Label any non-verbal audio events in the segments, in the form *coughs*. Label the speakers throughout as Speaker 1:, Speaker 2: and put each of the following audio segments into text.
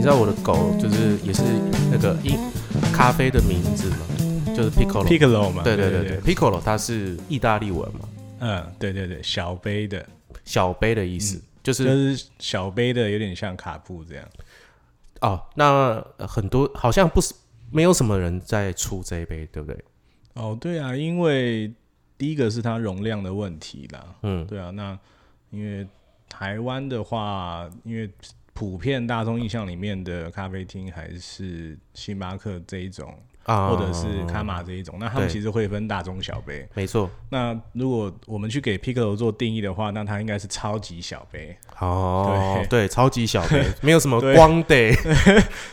Speaker 1: 知道我的狗就是也是那个英咖啡的名字吗？就是 Piccolo。
Speaker 2: Piccolo 嘛，
Speaker 1: 对
Speaker 2: 对
Speaker 1: 对对对，Piccolo 它是意大利文嘛，
Speaker 2: 嗯，对对对，小杯的，
Speaker 1: 小杯的意思，就
Speaker 2: 嗯就是是小杯的，有点像卡布这样。
Speaker 1: 哦，那呃很多好像不是没有什么人在出这一杯，对不对？
Speaker 2: 哦，对啊，因为第一个是它容量的问题啦，
Speaker 1: 嗯，
Speaker 2: 对啊，那因为台湾的话，因为普遍大众印象里面的咖啡厅还是星巴克这一种，
Speaker 1: 啊，
Speaker 2: 或者是卡玛这一种，那他们
Speaker 1: 对
Speaker 2: 其实会分大中小杯。
Speaker 1: 没错，
Speaker 2: 那如果我们去给 Piccolo 做定义的话，那它应该是超级小杯，
Speaker 1: 哦，
Speaker 2: 对
Speaker 1: 对，超级小
Speaker 2: *laughs*
Speaker 1: 杯，没有什么
Speaker 2: 对
Speaker 1: 光得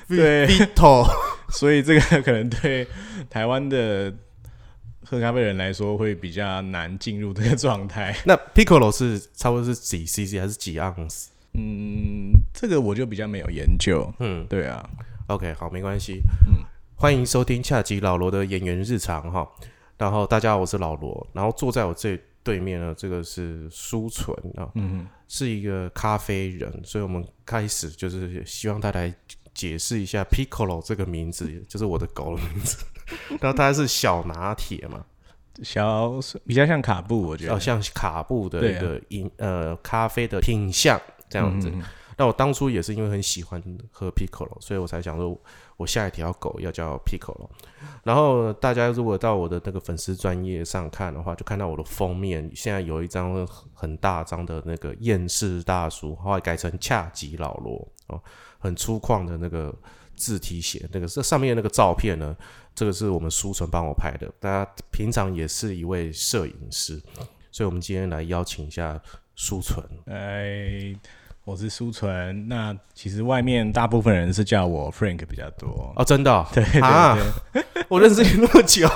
Speaker 2: 对
Speaker 1: v i t o
Speaker 2: *laughs* 所以这个可能对台湾的喝咖啡人来说会比较难进入这个状态。 *laughs*
Speaker 1: 那 Piccolo 是差不多是几 CC 还是几盎司？
Speaker 2: 嗯，这个我就比较没有研究。
Speaker 1: 嗯
Speaker 2: 对啊，
Speaker 1: ，OK，好，没关系。欢迎收听下集老罗的演员日常哈。然后大家好，我是老罗。然后坐在我这对面呢，这个是舒纯啊，
Speaker 2: 嗯，
Speaker 1: 是一个咖啡人，所以我们开始就是希望他来解释一下 Piccolo 这个名字，就是我的狗的名字。 *laughs* 然后它是小拿铁嘛，
Speaker 2: 小比较像卡布，我觉得。
Speaker 1: 哦，像卡布的
Speaker 2: 对
Speaker 1: 一
Speaker 2: 啊嗯
Speaker 1: 个饮呃咖啡的品相这样子。那我当初也是因为很喜欢喝 Piccolo，所以我才想说，我下一条狗要叫 Piccolo。然后大家如果到我的那个粉丝专业上看的话，就看到我的封面现在有一张很大张的那个厌世大叔，后来改成恰吉老罗哦，很粗犷的那个字体写那个这上面那个照片呢，这个是我们舒纯帮我拍的，他平常也是一位摄影师，所以我们今天来邀请一下舒纯。
Speaker 2: 哎，我是苏纯。那其实外面大部分人是叫我 Frank 比较多。
Speaker 1: 哦，真的哦、
Speaker 2: *laughs* 对对
Speaker 1: *laughs*
Speaker 2: 对、
Speaker 1: 啊我认识你那么久，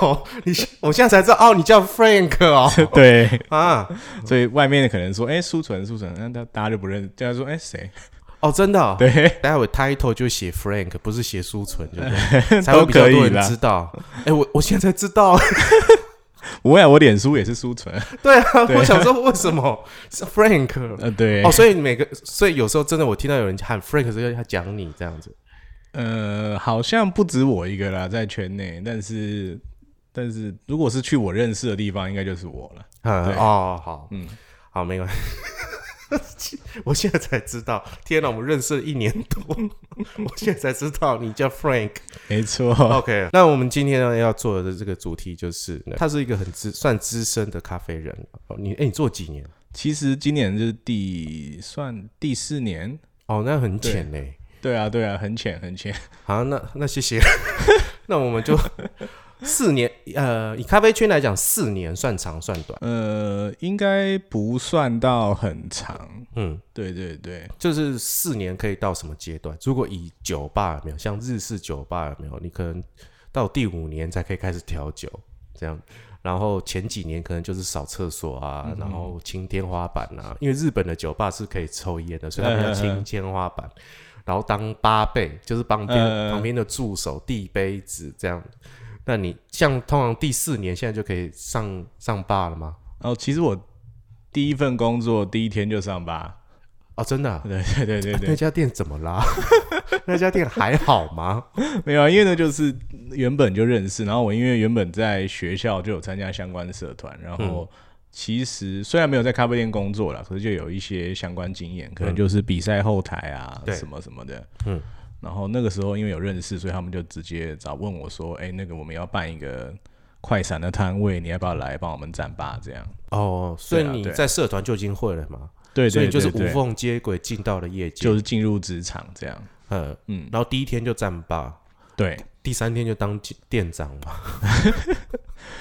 Speaker 1: 你我现在才知道哦，你叫 Frank 哦
Speaker 2: 对，
Speaker 1: 啊，
Speaker 2: 所以外面可能说，哎、苏纯，苏纯，那大大家就不认，大家说，哎、谁？
Speaker 1: 哦，真的、哦，
Speaker 2: *laughs* 对，
Speaker 1: 待会 title 就写 Frank，不是写苏纯，对不
Speaker 2: *laughs*
Speaker 1: 对？才会比较
Speaker 2: 可以
Speaker 1: 多人
Speaker 2: 啦
Speaker 1: 知道。哎、我我现在才知道， *laughs*
Speaker 2: 我呀，我脸书也是苏纯。
Speaker 1: 对啊，我想说为什么是 Frank？
Speaker 2: 呃，对，
Speaker 1: 哦，所以每个，所以有时候真的，我听到有人喊 Frank，是要讲你这样子。
Speaker 2: 呃，好像不止我一个啦，在圈内，但是。但是如果是去我认识的地方，应该就是我了。
Speaker 1: *laughs* 嗯，
Speaker 2: 对
Speaker 1: 哦，好，嗯
Speaker 2: 嗯，
Speaker 1: 好，没关系。 *laughs* 我现在才知道，天哪，我们认识了一年多， *laughs* 我现在才知道你叫 Frank。
Speaker 2: 没错，
Speaker 1: *laughs* OK，那我们今天呢要做的这个主题就是，他是一个很资算资深的咖啡人。哦，你哎、你做几年？
Speaker 2: 其实今年是第算第四年，
Speaker 1: 哦，那很浅呢。
Speaker 2: 对啊，对啊，很浅很浅。 *laughs*
Speaker 1: 好，那那谢 *laughs* 谢。那我们就四年，呃，以咖啡圈来讲，四年算长算短。
Speaker 2: 呃，应该不算到很长，
Speaker 1: 嗯，
Speaker 2: 对对对，
Speaker 1: 就是四年可以到什么阶段？如果以酒吧有没有，像日式酒吧有没有，你可能到第五年才可以开始调酒，这样。然后前几年可能就是扫厕所
Speaker 2: 嗯
Speaker 1: 啊，然后清天花板啊，因为日本的酒吧是可以抽烟的，所以他们要清天花板，然后当八倍，就是旁边、
Speaker 2: 嗯嗯嗯
Speaker 1: 旁边的助手递杯子这样。那你像通常第四年现在就可以上上吧了吗？
Speaker 2: 然哦后其实我第一份工作第一天就上班，
Speaker 1: 哦，真的啊、
Speaker 2: *laughs* 对对对对
Speaker 1: 那
Speaker 2: 对，
Speaker 1: 家店怎么啦？ *laughs* 那家店还好吗？
Speaker 2: *laughs* 没有啊，因为呢就是原本就认识，然后我因为原本在学校就有参加相关社团，然后其实虽然没有在咖啡店工作啦，可是就有一些相关经验，可能就是比赛后台啊、
Speaker 1: 对
Speaker 2: 什么什么的，
Speaker 1: 嗯
Speaker 2: 嗯。然后那个时候因为有认识，所以他们就直接找问我说：“哎，那个我们要办一个快闪的摊位，你要不要来帮我们展吧？”这样，
Speaker 1: 哦，所以
Speaker 2: 对啊
Speaker 1: 你
Speaker 2: 对啊
Speaker 1: 在社团就已经会了嘛？
Speaker 2: 对
Speaker 1: 所以
Speaker 2: 对
Speaker 1: 你就是
Speaker 2: 对
Speaker 1: 无
Speaker 2: 对，
Speaker 1: 缝接轨进到了业界，
Speaker 2: 就是进入职场这样。
Speaker 1: 呃
Speaker 2: 嗯，
Speaker 1: 然后第一天就站吧，
Speaker 2: 对。
Speaker 1: 第三天就当店长
Speaker 2: *laughs*
Speaker 1: 嘛。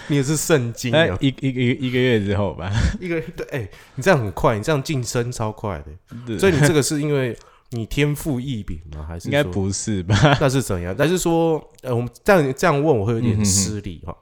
Speaker 1: 你也是圣经
Speaker 2: 那
Speaker 1: 哦，
Speaker 2: 一一一一个月之后吧， *laughs*
Speaker 1: 一个对，哎、你这样很快，你这样晋升超快的，
Speaker 2: 对
Speaker 1: 所以你这个是因为你天赋异禀吗？还是
Speaker 2: *laughs* 应该
Speaker 1: 说
Speaker 2: 不是吧？
Speaker 1: *laughs* 那是怎样？但是说，呃，我们这样这样问，我会有
Speaker 2: 嗯哼
Speaker 1: 点
Speaker 2: 哼
Speaker 1: 失礼哈、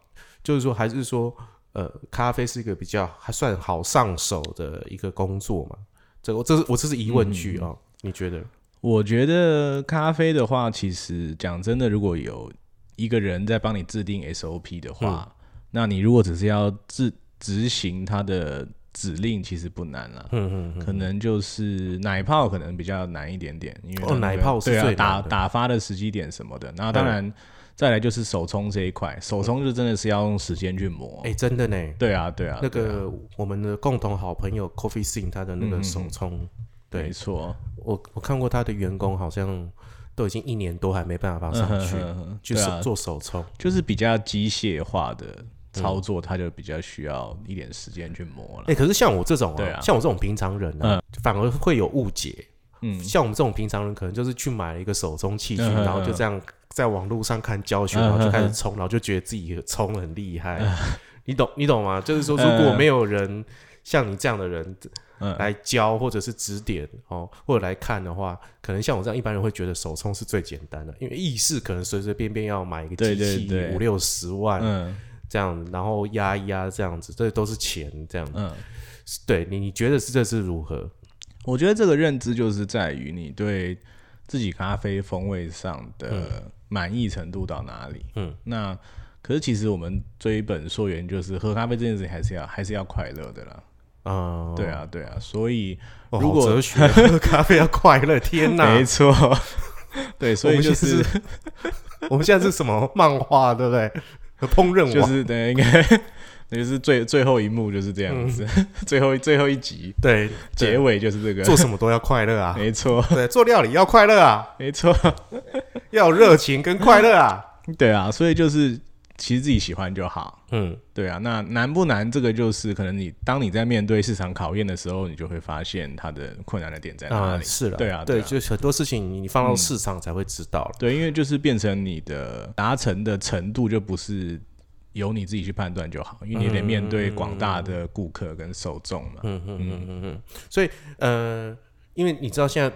Speaker 1: 就是说，还是说，呃，咖啡是一个比较还算好上手的一个工作嘛？这我这是我这是疑问句
Speaker 2: 嗯
Speaker 1: 啊、你觉得？
Speaker 2: 我觉得咖啡的话，其实讲真的，如果有一个人在
Speaker 1: 嗯
Speaker 2: 帮你制定 SOP 的话，那你如果只是要制执行它的指令其实不难了，嗯嗯，可能就是奶泡可能比较难一点点，因为、那
Speaker 1: 哦
Speaker 2: 个
Speaker 1: 奶泡是
Speaker 2: 对啊
Speaker 1: 最，
Speaker 2: 打
Speaker 1: 难的
Speaker 2: 打发的时机点什么的，然后当然再来就是手冲这一块，手冲就真的是要用时间去磨，
Speaker 1: 哎，真的呢，
Speaker 2: 对啊对啊，
Speaker 1: 那
Speaker 2: 对啊
Speaker 1: 个我们的共同好朋友 Coffee Sing 他的那
Speaker 2: 嗯嗯
Speaker 1: 个
Speaker 2: 嗯
Speaker 1: 手冲，
Speaker 2: 没
Speaker 1: 对
Speaker 2: 错，
Speaker 1: 我我看过他的员工好像都已经一年多还没办法上去
Speaker 2: 嗯哼哼哼
Speaker 1: 去
Speaker 2: *laughs* 对啊
Speaker 1: 手做手冲，
Speaker 2: 就是比较机械化的操作，它就比较需要一点时间去磨了，
Speaker 1: 嗯哎，可是像我这种
Speaker 2: 对
Speaker 1: 啊
Speaker 2: 啊，
Speaker 1: 像我这种平常人啊，反而会有误解。
Speaker 2: 嗯，
Speaker 1: 像我们这种平常人，可能就是去买了一个手冲器具，
Speaker 2: 嗯嗯
Speaker 1: 然后就这样在网络上看教学，
Speaker 2: 嗯
Speaker 1: 然后就开
Speaker 2: 嗯
Speaker 1: 始
Speaker 2: 嗯
Speaker 1: 冲，然后就觉得自己冲很厉害。你懂你懂吗？就是说，如果没有人像你这样的人
Speaker 2: 嗯
Speaker 1: 来教或者是指点哦，或者来看的话，可能像我这样一般人会觉得手冲是最简单的，因为意式可能随随便便要买一个
Speaker 2: 对
Speaker 1: 机
Speaker 2: 对
Speaker 1: 器
Speaker 2: 对
Speaker 1: 五六十万
Speaker 2: 嗯
Speaker 1: 这样，然后压一压这样子，这都是钱这样。
Speaker 2: 嗯。
Speaker 1: 对你你觉得是这是如何？
Speaker 2: 我觉得这个认知就是在于你对自己咖啡风味上的满意程度到哪里。
Speaker 1: 嗯，
Speaker 2: 那可是其实我们追本溯源，就是喝咖啡这件事情还是要还是要快乐的啦。
Speaker 1: 嗯，
Speaker 2: 对啊，对啊，所以
Speaker 1: 哦
Speaker 2: 如
Speaker 1: 好
Speaker 2: 果
Speaker 1: 哲学喝咖啡要快乐，天哪！
Speaker 2: *laughs* 没错，对，所
Speaker 1: 我
Speaker 2: 以
Speaker 1: 们
Speaker 2: 就
Speaker 1: 现在
Speaker 2: 是
Speaker 1: 我们现在是什么漫画，对不对？烹饪王，
Speaker 2: 就是 *laughs* 对，应该那就是最最后一幕就是这样子， *laughs* 最后最后一集
Speaker 1: 嗯对
Speaker 2: 结尾就是这
Speaker 1: 对
Speaker 2: 个，
Speaker 1: 做什么都要快乐啊，
Speaker 2: 没错， *laughs*
Speaker 1: 对，做料理要快乐啊，
Speaker 2: 没错， *laughs*
Speaker 1: 要有热情跟快乐啊，
Speaker 2: 对啊，所以就是其实自己喜欢就好。
Speaker 1: 嗯
Speaker 2: 对啊，那难不难？这个就是可能你当你在面对市场考验的时候，你就会发现它的困难的点在哪
Speaker 1: 啊
Speaker 2: 里。
Speaker 1: 是了，
Speaker 2: 对啊嗯
Speaker 1: 对，
Speaker 2: 对啊
Speaker 1: 就是很多事情你你放到市场才会知道了，
Speaker 2: 对，因为就是变成你的达成的程度就不是由你自己去判断就好，因为你得面对广大的顾客跟受众嘛。
Speaker 1: 嗯嗯嗯嗯嗯，所以呃，因为你知道现在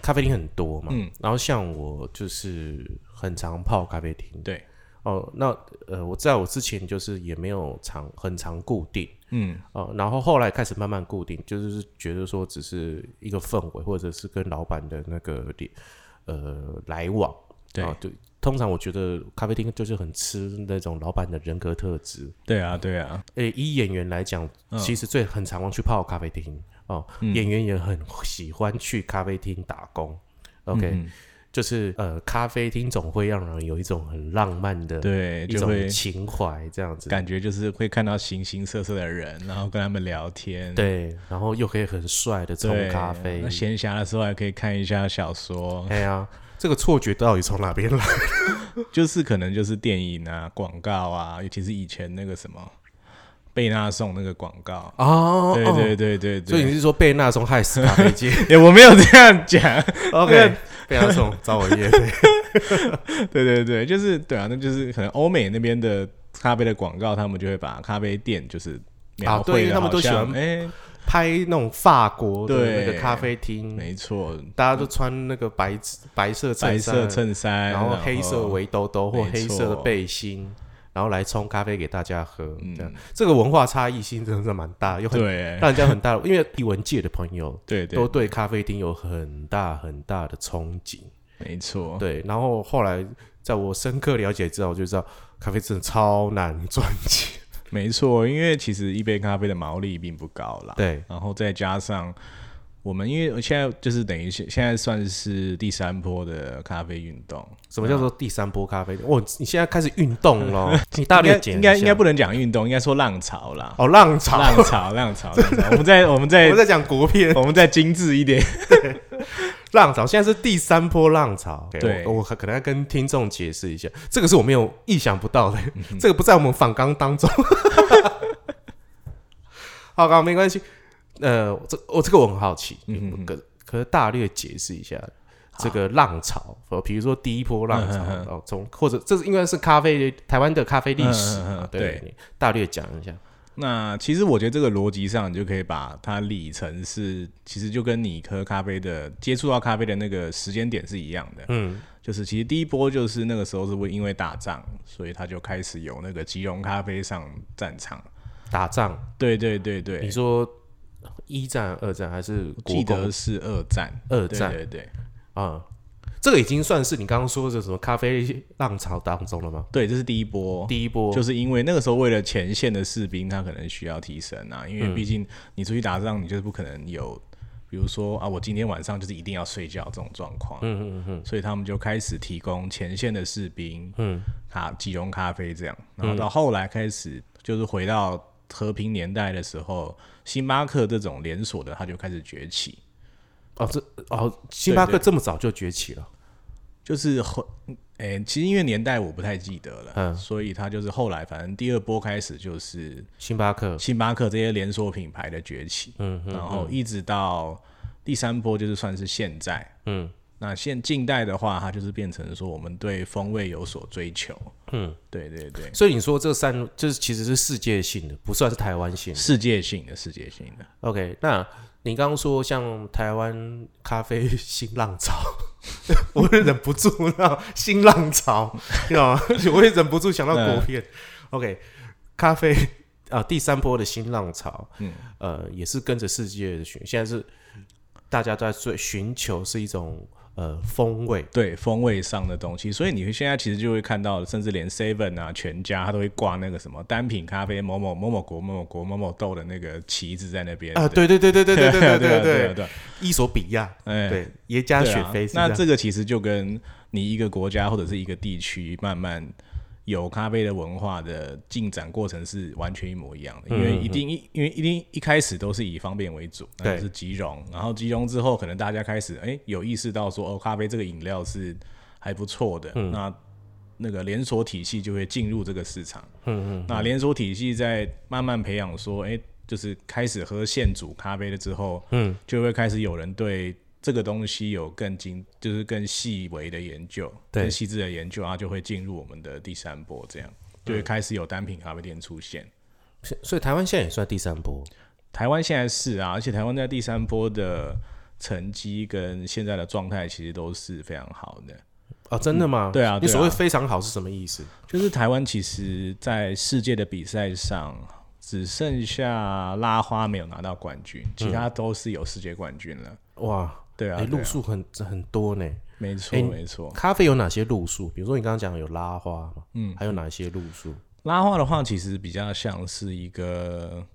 Speaker 1: 咖啡厅很多嘛，
Speaker 2: 嗯
Speaker 1: 然后像我就是很常泡咖啡厅，
Speaker 2: 对，
Speaker 1: 哦，那呃，我在我之前就是也没有常很常固定。
Speaker 2: 嗯
Speaker 1: 哦，然后后来开始慢慢固定，就是觉得说只是一个氛围，或者是跟老板的那个联呃来往。
Speaker 2: 对
Speaker 1: 啊，对。通常我觉得咖啡厅就是很吃那种老板的人格特质。
Speaker 2: 对啊，对啊，
Speaker 1: 诶，以演员来讲，
Speaker 2: 嗯
Speaker 1: 其实最很常常去泡咖啡厅哦，演员也很喜欢去咖啡厅打工。OK，、
Speaker 2: 嗯
Speaker 1: 就是呃，咖啡厅总会让人有一种很浪漫的
Speaker 2: 对，
Speaker 1: 一
Speaker 2: 就
Speaker 1: 种
Speaker 2: 会
Speaker 1: 情怀，这样子。
Speaker 2: 感觉就是会看到形形色色的人，然后跟他们聊天。
Speaker 1: 对，然后又可以很帅的冲
Speaker 2: 对，
Speaker 1: 咖啡
Speaker 2: 那，闲暇的时候还可以看一下小说，
Speaker 1: *laughs* 哎呀，这个错觉到底从哪边来？
Speaker 2: 就是可能就是电影啊、广告啊，尤其是以前那个什么贝纳颂那个广告，
Speaker 1: 哦
Speaker 2: 对对对对
Speaker 1: 所以
Speaker 2: 对。
Speaker 1: 你是说贝纳松害死咖啡 *laughs* 界
Speaker 2: 哎、我没有这样讲， *laughs*
Speaker 1: ？OK，贝纳松找我夜配。
Speaker 2: 对对对，就是对啊，那就是可能欧美那边的咖啡的广告，他们就会把咖啡店就是描
Speaker 1: 啊对因为
Speaker 2: 绘的
Speaker 1: 他
Speaker 2: 好
Speaker 1: 们都喜欢
Speaker 2: 像，哎、
Speaker 1: *laughs* 拍那种法国的
Speaker 2: 对
Speaker 1: 那个咖啡厅，
Speaker 2: 没错，
Speaker 1: 大家都穿那个白白色
Speaker 2: 白
Speaker 1: 衬衫，
Speaker 2: 色衬衫，
Speaker 1: 然后黑色围兜兜或
Speaker 2: 没
Speaker 1: 黑色的
Speaker 2: 错
Speaker 1: 背心，然后来冲咖啡给大家喝。这样
Speaker 2: 嗯，
Speaker 1: 这个文化差异性真的是蛮大，又很
Speaker 2: 对
Speaker 1: 让人家很大的，因为艺文界的朋友
Speaker 2: 对对
Speaker 1: 都，对咖啡厅有很大很大的憧憬。
Speaker 2: 没错，
Speaker 1: 对，然后后来在我深刻了解之后，我就知道咖啡真的超难赚
Speaker 2: *laughs*
Speaker 1: 钱。
Speaker 2: 没错，因为其实一杯咖啡的毛利并不高啦，
Speaker 1: 对，
Speaker 2: 然后再加上我们，因为现在就是等于现现在算是第三波的咖啡运动，
Speaker 1: 什么叫做第三波咖啡？哇，你现在开始运动
Speaker 2: *laughs*
Speaker 1: 了，你大
Speaker 2: 应该
Speaker 1: 略减
Speaker 2: 应该
Speaker 1: 一
Speaker 2: 应
Speaker 1: 下
Speaker 2: 该不能讲运动，应该说浪潮啦，
Speaker 1: 哦，浪潮。
Speaker 2: 浪潮浪
Speaker 1: *laughs*
Speaker 2: 潮浪潮，我们再我们
Speaker 1: 我
Speaker 2: 再
Speaker 1: 们在讲国片
Speaker 2: 我们再精致一点，
Speaker 1: 浪潮，现在是第三波浪潮。
Speaker 2: 对
Speaker 1: 我我可能要跟听众解释一下，这个是我没有意想不到的，
Speaker 2: 嗯
Speaker 1: *laughs* 这个不在我们访纲当中。 *laughs* 好，刚没关系。呃，这我这个我很好奇，
Speaker 2: 嗯哼
Speaker 1: 可可是大略解释一下这个浪潮，呃，比如说第一波浪潮
Speaker 2: 嗯哼，
Speaker 1: 哦，从或者这是应该是咖啡台湾的咖 *laughs* 啡历史
Speaker 2: 嗯嗯嗯
Speaker 1: 嘛
Speaker 2: 嗯，
Speaker 1: 对
Speaker 2: 对，
Speaker 1: 你大略讲一下。
Speaker 2: 那其实我觉得这个逻辑上，你就可以把它理成是，其实就跟你喝咖啡的接触到咖啡的那个时间点是一样的。
Speaker 1: 嗯，
Speaker 2: 就是其实第一波就是那个时候是为因为打仗，所以他就开始有那个吉隆咖啡上战场。
Speaker 1: 打仗，
Speaker 2: 对对对对，
Speaker 1: 你说一战、二战还是
Speaker 2: 我
Speaker 1: 国
Speaker 2: 记
Speaker 1: 共
Speaker 2: 得是二战，
Speaker 1: 二战
Speaker 2: 对对对。
Speaker 1: 啊？这个已经算是你刚刚说的什么咖啡浪潮当中了吗？
Speaker 2: 对，这是第一波，
Speaker 1: 第一波
Speaker 2: 就是因为那个时候为了前线的士兵，他可能需要提升啊，
Speaker 1: 嗯
Speaker 2: 因为毕竟你出去打仗，你就是不可能有，比如说啊，我今天晚上就是一定要睡觉这种状况，
Speaker 1: 嗯嗯嗯，
Speaker 2: 所以他们就开始提供前线的士兵
Speaker 1: 嗯
Speaker 2: 咖即溶咖啡这样，然后到后来开始就是回到和平年代的时候，星巴克这种连锁的它就开始崛起，
Speaker 1: 哦，这哦，星巴克
Speaker 2: 对
Speaker 1: 这么早就崛起了，
Speaker 2: 就是后，诶、其实因为年代我不太记得了，
Speaker 1: 嗯
Speaker 2: 所以它就是后来反正第二波开始就是
Speaker 1: 星巴克，
Speaker 2: 星巴克这些连锁品牌的崛起，
Speaker 1: 嗯嗯
Speaker 2: 然后一直到第三波就是算是现在，
Speaker 1: 嗯
Speaker 2: 那现近代的话，它就是变成说我们对风味有所追求，
Speaker 1: 嗯，
Speaker 2: 对对对，
Speaker 1: 所以你说这三就是其实是世界性的，不算是台湾性的。
Speaker 2: 世界性的世界性的，
Speaker 1: OK，那你刚刚说像台湾咖啡新浪潮，我会忍不住那新浪潮，你知道吗？我会忍不住想到国片。OK，咖啡啊、第三波的新浪潮，
Speaker 2: 嗯
Speaker 1: 呃，也是跟着世界的寻，现在是大家都在追寻求是一种呃风味，
Speaker 2: 对风味上的东西，所以你现在其实就会看到，甚至连 Seven 啊、全家，它都会挂那个什么单品咖啡某某某某国某某国某某豆的那个旗子在那边
Speaker 1: 啊，对对对对对对对对
Speaker 2: *laughs* 对
Speaker 1: 对
Speaker 2: 啊
Speaker 1: 对
Speaker 2: 啊，对啊，
Speaker 1: 伊索比亚，
Speaker 2: 哎
Speaker 1: 对，耶加
Speaker 2: 对
Speaker 1: 雪
Speaker 2: 啊
Speaker 1: 菲是这
Speaker 2: 那
Speaker 1: 样，
Speaker 2: 这个其实就跟你一个国家或者是一个地区慢慢有咖啡的文化的进展过程是完全一模一样的，因为一定一因为一定一开始都是以方便为主，那
Speaker 1: 嗯对
Speaker 2: 就是即溶，然后即溶之后，可能大家开始哎、有意识到说哦，咖啡这个饮料是还不错的，
Speaker 1: 嗯
Speaker 2: 那。那个连锁体系就会进入这个市场，
Speaker 1: 嗯嗯，
Speaker 2: 那连锁体系在慢慢培养说，哎、就是开始喝现煮咖啡了之后，
Speaker 1: 嗯，
Speaker 2: 就会开始有人对这个东西有更精，就是更细微的研究，
Speaker 1: 对
Speaker 2: 更细致的研究，然后就会进入我们的第三波，这样
Speaker 1: 嗯
Speaker 2: 就会开始有单品咖啡店出现。
Speaker 1: 所以台湾现在也算第三波，
Speaker 2: 台湾现在是啊，而且台湾在第三波的成绩跟现在的状态其实都是非常好的。
Speaker 1: 哦，真的吗？
Speaker 2: 对啊
Speaker 1: 你
Speaker 2: 对啊
Speaker 1: 所谓非常好是什么意思？
Speaker 2: 就是台湾其实，在世界的比赛上，只剩下拉花没有拿到冠军，
Speaker 1: 嗯
Speaker 2: 其他都是有世界冠军了。
Speaker 1: 哇，
Speaker 2: 对啊，
Speaker 1: 哎，
Speaker 2: 对
Speaker 1: 路
Speaker 2: 啊
Speaker 1: 数很很多呢。
Speaker 2: 没错
Speaker 1: 哎
Speaker 2: 没错。
Speaker 1: 咖啡有哪些路数？比如说你刚刚讲有拉花嘛，嗯，还有哪些路数？
Speaker 2: 拉花的话，其实比较像是一个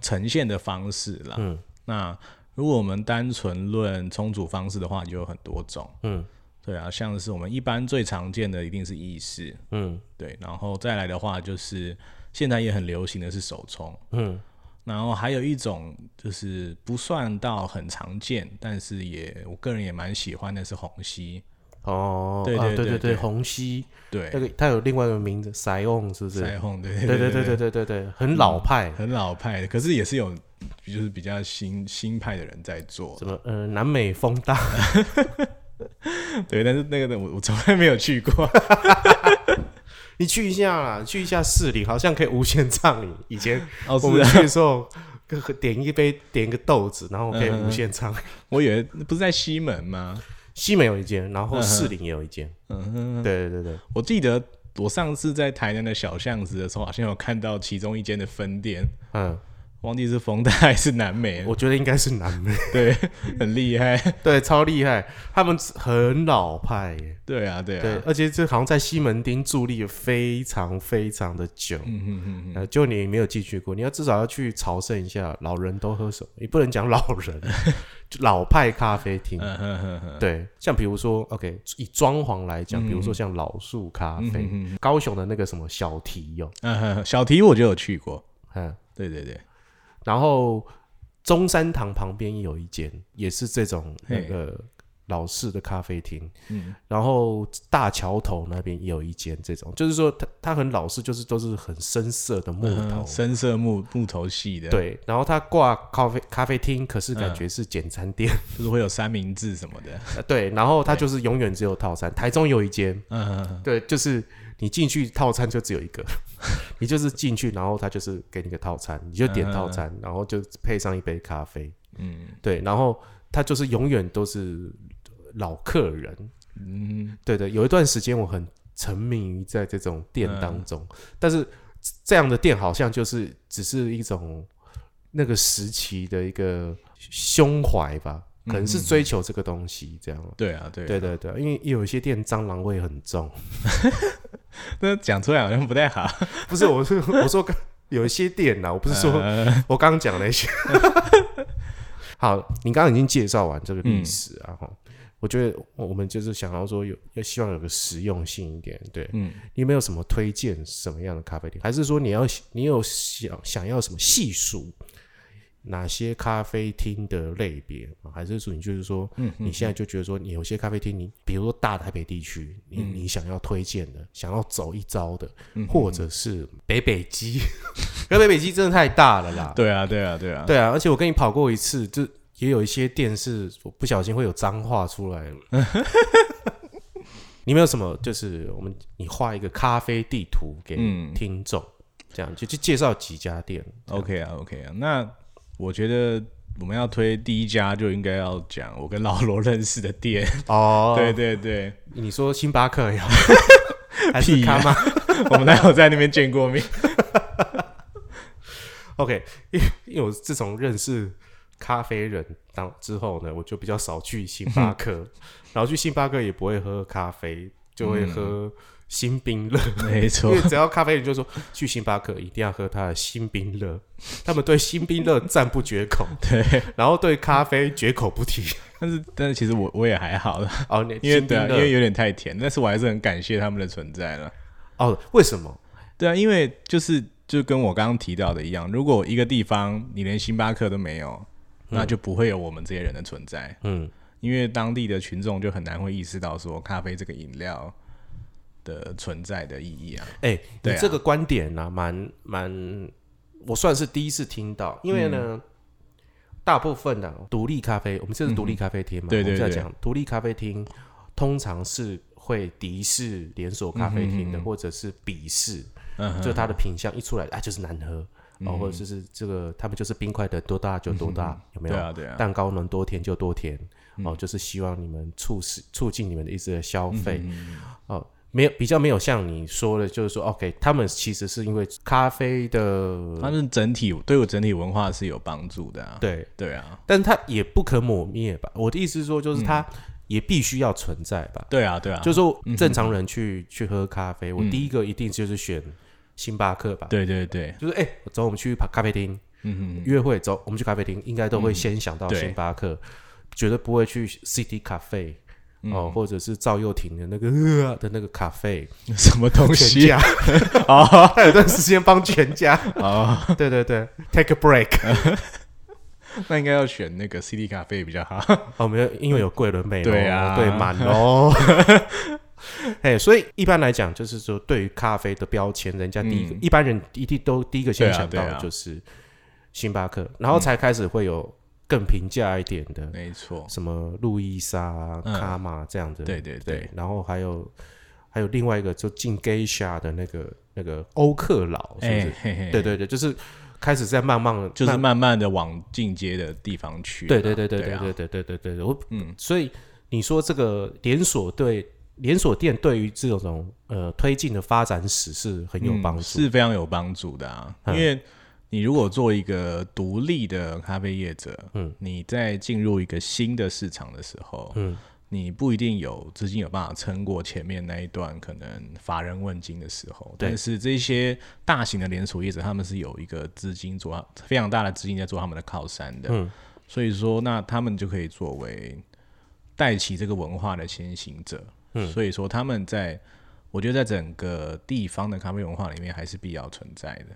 Speaker 2: 呈现的方式啦。
Speaker 1: 嗯，
Speaker 2: 那如果我们单纯论冲煮方式的话，就有很多种。
Speaker 1: 嗯
Speaker 2: 对啊，像是我们一般最常见的一定是意式，
Speaker 1: 嗯
Speaker 2: 对，然后再来的话就是现在也很流行的是手冲，
Speaker 1: 嗯
Speaker 2: 然后还有一种就是不算到很常见，但是也我个人也蛮喜欢的是虹吸，
Speaker 1: 哦，
Speaker 2: 对
Speaker 1: 啊
Speaker 2: 对
Speaker 1: 对
Speaker 2: 对对
Speaker 1: 虹吸
Speaker 2: 对
Speaker 1: 那，个它有另外一个名字，塞翁是不是？
Speaker 2: 彩虹，对
Speaker 1: 对对对对对对对，很老派，
Speaker 2: 很老派的，可是也是有就是比较新新派的人在做
Speaker 1: 什，么呃南美风大，
Speaker 2: *laughs*
Speaker 1: *laughs*
Speaker 2: 对，但是那个我我从来没有
Speaker 1: *laughs*
Speaker 2: 去过，
Speaker 1: 你去一下啦，去一下市里，好像可以无限畅饮。以前
Speaker 2: 哦
Speaker 1: 我
Speaker 2: 是
Speaker 1: 们
Speaker 2: 啊，
Speaker 1: 去的时候，各个点一杯，点一个豆子，然后可以
Speaker 2: 嗯嗯嗯
Speaker 1: 无限畅。
Speaker 2: 我以为不是在西门吗？
Speaker 1: 西门有一间，然后
Speaker 2: 嗯哼
Speaker 1: 士林也有一间。
Speaker 2: 嗯哼，
Speaker 1: 对对对对，
Speaker 2: 我记得我上次在台南的小巷子的时候，好像有看到其中一间的分店，
Speaker 1: 嗯，
Speaker 2: 忘记是丰泰还是南美了，
Speaker 1: 我觉得应该是南
Speaker 2: *laughs*
Speaker 1: 美，
Speaker 2: 对，很厉害，
Speaker 1: 对，超厉害，他们很老派耶。
Speaker 2: 对啊，对啊，
Speaker 1: 对，而且这好像在西门町伫立非常非常的久，
Speaker 2: 嗯哼哼哼。
Speaker 1: 呃，就你没有进去过，你要至少要去朝圣一下，老人都喝什么？你不能讲老
Speaker 2: *laughs*
Speaker 1: 人，就老派咖啡厅。
Speaker 2: 嗯哼哼哼，
Speaker 1: 对，像比如说，OK，以装潢来讲，
Speaker 2: 嗯
Speaker 1: 比如说像老树咖啡，高雄的那个什么小提哦，
Speaker 2: 嗯哼哼，小提我就有去过，
Speaker 1: 嗯，
Speaker 2: 对对对，
Speaker 1: 然后中山堂旁边有一间，也是这种那
Speaker 2: 嘿
Speaker 1: 个老式的咖啡厅。
Speaker 2: 嗯，
Speaker 1: 然后大桥头那边也有一间这种，就是说它它很老式，就是都是很深色的木
Speaker 2: 嗯啊
Speaker 1: 头。
Speaker 2: 深色木木头系的，，
Speaker 1: 对，然后它挂咖啡咖啡厅，可是
Speaker 2: 嗯
Speaker 1: 感觉是简餐店。 *laughs*
Speaker 2: 就是会有三明治什么的，
Speaker 1: 对，然
Speaker 2: 哎
Speaker 1: 后它就是永远只有套餐。台中有一间，
Speaker 2: 嗯哼哼，
Speaker 1: 对，就是你进去套餐就只有一个，你就是进去，然后它就是给你个套餐，你就点套餐，然后就配上一杯咖啡。
Speaker 2: 嗯
Speaker 1: 对，然后他就是永远都是老客人。
Speaker 2: 嗯，
Speaker 1: 对对，有一段时间我很沉迷于在这种店
Speaker 2: 嗯
Speaker 1: 当中，但是这样的店好像就是只是一种那个时期的一个胸怀吧。可能是追求这个东西这样。
Speaker 2: 嗯对啊，对啊
Speaker 1: 对对对，因为有一些店蟑螂味很重，
Speaker 2: 那讲出来好像不太好。
Speaker 1: *laughs* 不是我是我说刚有一些店啊呐，我不是说
Speaker 2: 呃
Speaker 1: 我刚刚讲那些。 *laughs* 好，你刚刚已经介绍完这个历史啊，哈、我觉得我们就是想要说有，要希望有个实用性一点。对
Speaker 2: 嗯，
Speaker 1: 你有没有什么推荐什么样的咖啡店？还是说你要你有想想要什么细数哪些咖啡厅的类别吗？还是说你就是说，你现在就觉得说，你有些咖啡厅，你比如说大台北地区，你、你想要推荐的，想要走一招的，或者是北北基， *laughs* 可北北基真的太大了啦。
Speaker 2: 对啊，对啊，对啊，
Speaker 1: 对啊，而且我跟你跑过一次，就也有一些店是我不小心会有脏话出来
Speaker 2: *laughs*
Speaker 1: 了。你有没有什么就是我们你画一个咖啡地图给
Speaker 2: 嗯
Speaker 1: 听众，这样就就介绍几家店。
Speaker 2: OK 啊，OK 啊，那我觉得我们要推第一家就应该要讲我跟老罗认识的店，
Speaker 1: 哦
Speaker 2: 对，对对，
Speaker 1: 你说星巴克
Speaker 2: *laughs*
Speaker 1: 呀，还是
Speaker 2: 屁呀
Speaker 1: 咖吗
Speaker 2: 我们哪有在那边见过面？
Speaker 1: ？OK，因因为我自从认识咖啡人当之后呢，我就比较少去星巴克，
Speaker 2: *laughs*
Speaker 1: 然后去星巴克也不会喝咖啡，就
Speaker 2: 嗯
Speaker 1: 会喝新冰乐。
Speaker 2: 没错
Speaker 1: 因为，只要咖啡人就说去星巴克一定要喝他的新冰乐，他们对新冰乐赞不绝口，
Speaker 2: *laughs* 对，
Speaker 1: 然后对咖啡绝口不提。
Speaker 2: 但是 *laughs* 但是其实我我也还好啦，
Speaker 1: 哦，你
Speaker 2: 因为
Speaker 1: 新冰
Speaker 2: 对、啊，因
Speaker 1: 乐
Speaker 2: 为有点太甜，但是我还是很感谢他们的存在了。
Speaker 1: 哦，为什么？
Speaker 2: 对啊，因为就是就跟我刚刚提到的一样，如果一个地方你连星巴克都没有，那就不会有我们这些人的存在，
Speaker 1: 嗯，
Speaker 2: 因为当地的群众就很难会意识到说咖啡这个饮料的存在的意义啊。
Speaker 1: 哎、
Speaker 2: 对
Speaker 1: 你
Speaker 2: 啊
Speaker 1: 这个观点呢、蛮蛮，我算是第一次听到，因为
Speaker 2: 嗯
Speaker 1: 呢，大部分的、独立咖啡，我们这是独立咖啡厅嘛，
Speaker 2: 嗯对对
Speaker 1: 我们
Speaker 2: 对
Speaker 1: 在讲独立咖啡厅，通常是会敌视连锁咖啡厅的，或者是鄙视，
Speaker 2: 嗯哼
Speaker 1: 就它的品相一出来，啊，就是难喝。哦，或者就是这个，他们就是冰块的多大就多大，有没有？
Speaker 2: 对啊对嗯啊
Speaker 1: 蛋糕能多甜就多甜，哦，就是希望你们促使促进你们的一直的消费，
Speaker 2: 嗯
Speaker 1: 哦，没有比较没有像你说的，就是说，OK，他们其实是因为咖啡的，
Speaker 2: 它是整体对我整体文化是有帮助的啊。
Speaker 1: 对，
Speaker 2: 对啊，
Speaker 1: 但它也不可抹灭吧？我的意思是说，就是它也必须要存在吧？
Speaker 2: 对啊，嗯对啊，嗯
Speaker 1: 就是说，正常人去去喝咖啡，我第一个一定就是选星巴克吧，
Speaker 2: 对对对，
Speaker 1: 就是哎、走，我们去咖啡厅，嗯约会走，我们去咖啡厅，应该都会先想到
Speaker 2: 嗯对
Speaker 1: 星巴克，绝对不会去 City Cafe
Speaker 2: 嗯
Speaker 1: 哦，或者是赵又廷的那个、呃的那个咖啡，
Speaker 2: *laughs* 什么东
Speaker 1: 全
Speaker 2: 西啊？ *laughs*
Speaker 1: 家， *laughs* 他有段时间帮 *laughs* 全家，
Speaker 2: 哦，
Speaker 1: 对对对，Take a break，
Speaker 2: *laughs* 那应该要选那个 CD 咖啡比较好。 *laughs*
Speaker 1: 哦，没有，因为有桂纶镁咯，
Speaker 2: 对啊
Speaker 1: 对满
Speaker 2: *laughs*
Speaker 1: 哦。哎，所以一般来讲，就是说对于咖啡的标签，人家第一个、一般人一定都第一个先
Speaker 2: 嗯对啊
Speaker 1: 想到
Speaker 2: 对
Speaker 1: 的
Speaker 2: 啊
Speaker 1: 就是星巴克，然后才开始会有更平价一点的，
Speaker 2: 没错，
Speaker 1: 什么路易莎、啊、
Speaker 2: 嗯
Speaker 1: 卡玛这样的，
Speaker 2: 对对对
Speaker 1: 然后还有还有另外一个就进 Geisha 的那个那个欧克劳，是不
Speaker 2: 哎
Speaker 1: 是？
Speaker 2: 嘿嘿，
Speaker 1: 对，对对，就是开始在慢慢地
Speaker 2: 就是
Speaker 1: 慢
Speaker 2: 慢慢的往进阶的地方去啊。
Speaker 1: 对对对对
Speaker 2: 对
Speaker 1: 对
Speaker 2: 啊
Speaker 1: 对对对对对，我
Speaker 2: 嗯
Speaker 1: 所以你说这个连锁对连锁店对于这种呃推进的发展史是很有帮
Speaker 2: 嗯
Speaker 1: 助，嗯
Speaker 2: 是非常有帮助的啊。因为你如果做一个独立的咖啡业者，嗯，你在进入一个新的市场的时候，嗯，你不一定有资金有办法撑过前面那一段可能乏人问津的时候。
Speaker 1: 对
Speaker 2: 但是这些大型的连锁业者，他们是有一个资金做非常大的资金在做他们的靠山的，
Speaker 1: 嗯
Speaker 2: 所以说那他们就可以作为带起这个文化的先行者。嗯，所以说他们在，我觉得在整个地方的咖啡文化里面还是必要存在的，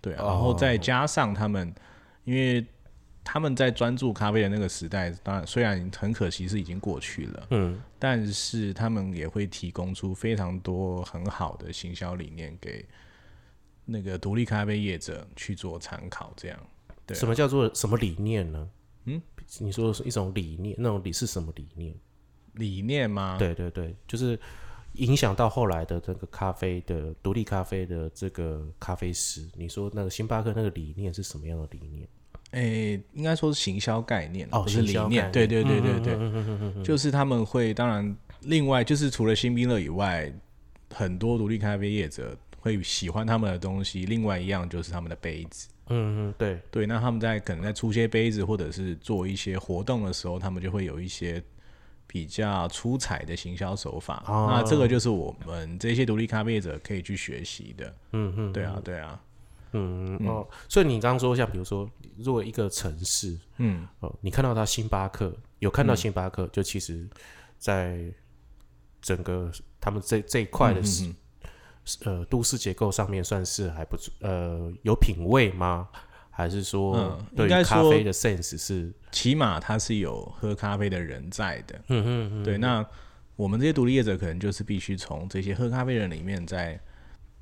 Speaker 2: 对啊。
Speaker 1: 哦
Speaker 2: 然后再加上他们，因为他们在专注咖啡的那个时代，当然虽然很可惜是已经过去了，
Speaker 1: 嗯，
Speaker 2: 但是他们也会提供出非常多很好的行销理念给那个独立咖啡业者去做参考，这样。对啊
Speaker 1: 什么叫做什么理念呢？嗯，你说是一种理念，那种理是什么理念？
Speaker 2: 理念吗？
Speaker 1: 对对对，就是影响到后来的这个咖啡的独立咖啡的这个咖啡师，你说那个星巴克那个理念是什么样的理念？
Speaker 2: 诶、应该说是行销概念啊，
Speaker 1: 哦
Speaker 2: 不是理
Speaker 1: 行销概
Speaker 2: 念。
Speaker 1: 念嗯
Speaker 2: 对对对对对，就是他们会，当然，另外就是除了新兵乐以外，很多独立咖啡业者会喜欢他们的东西。另外一样就是他们的杯子，
Speaker 1: 嗯嗯，对，
Speaker 2: 对，那他们在可能在出些杯子或者是做一些活动的时候，他们就会有一些比较出彩的行销手法。
Speaker 1: 哦
Speaker 2: 那这个就是我们这些独立咖啡者可以去学习的。
Speaker 1: 嗯嗯，
Speaker 2: 对啊，对啊，
Speaker 1: 嗯嗯哦，所以你刚刚说像比如说，如果一个城市
Speaker 2: 嗯，
Speaker 1: 哦，你看到它星巴克有看到星巴克，就其实，在整个他们这这一块的
Speaker 2: 嗯嗯嗯
Speaker 1: 呃都市结构上面算是还不错，呃，有品味吗？还是说
Speaker 2: 嗯
Speaker 1: 对
Speaker 2: 应该
Speaker 1: 于咖
Speaker 2: 说
Speaker 1: 啡的 sense 是
Speaker 2: 起码他是有喝咖啡的人在的。
Speaker 1: 嗯嗯嗯，
Speaker 2: 对，那我们这些独立业者可能就是必须从这些喝咖啡的人里面再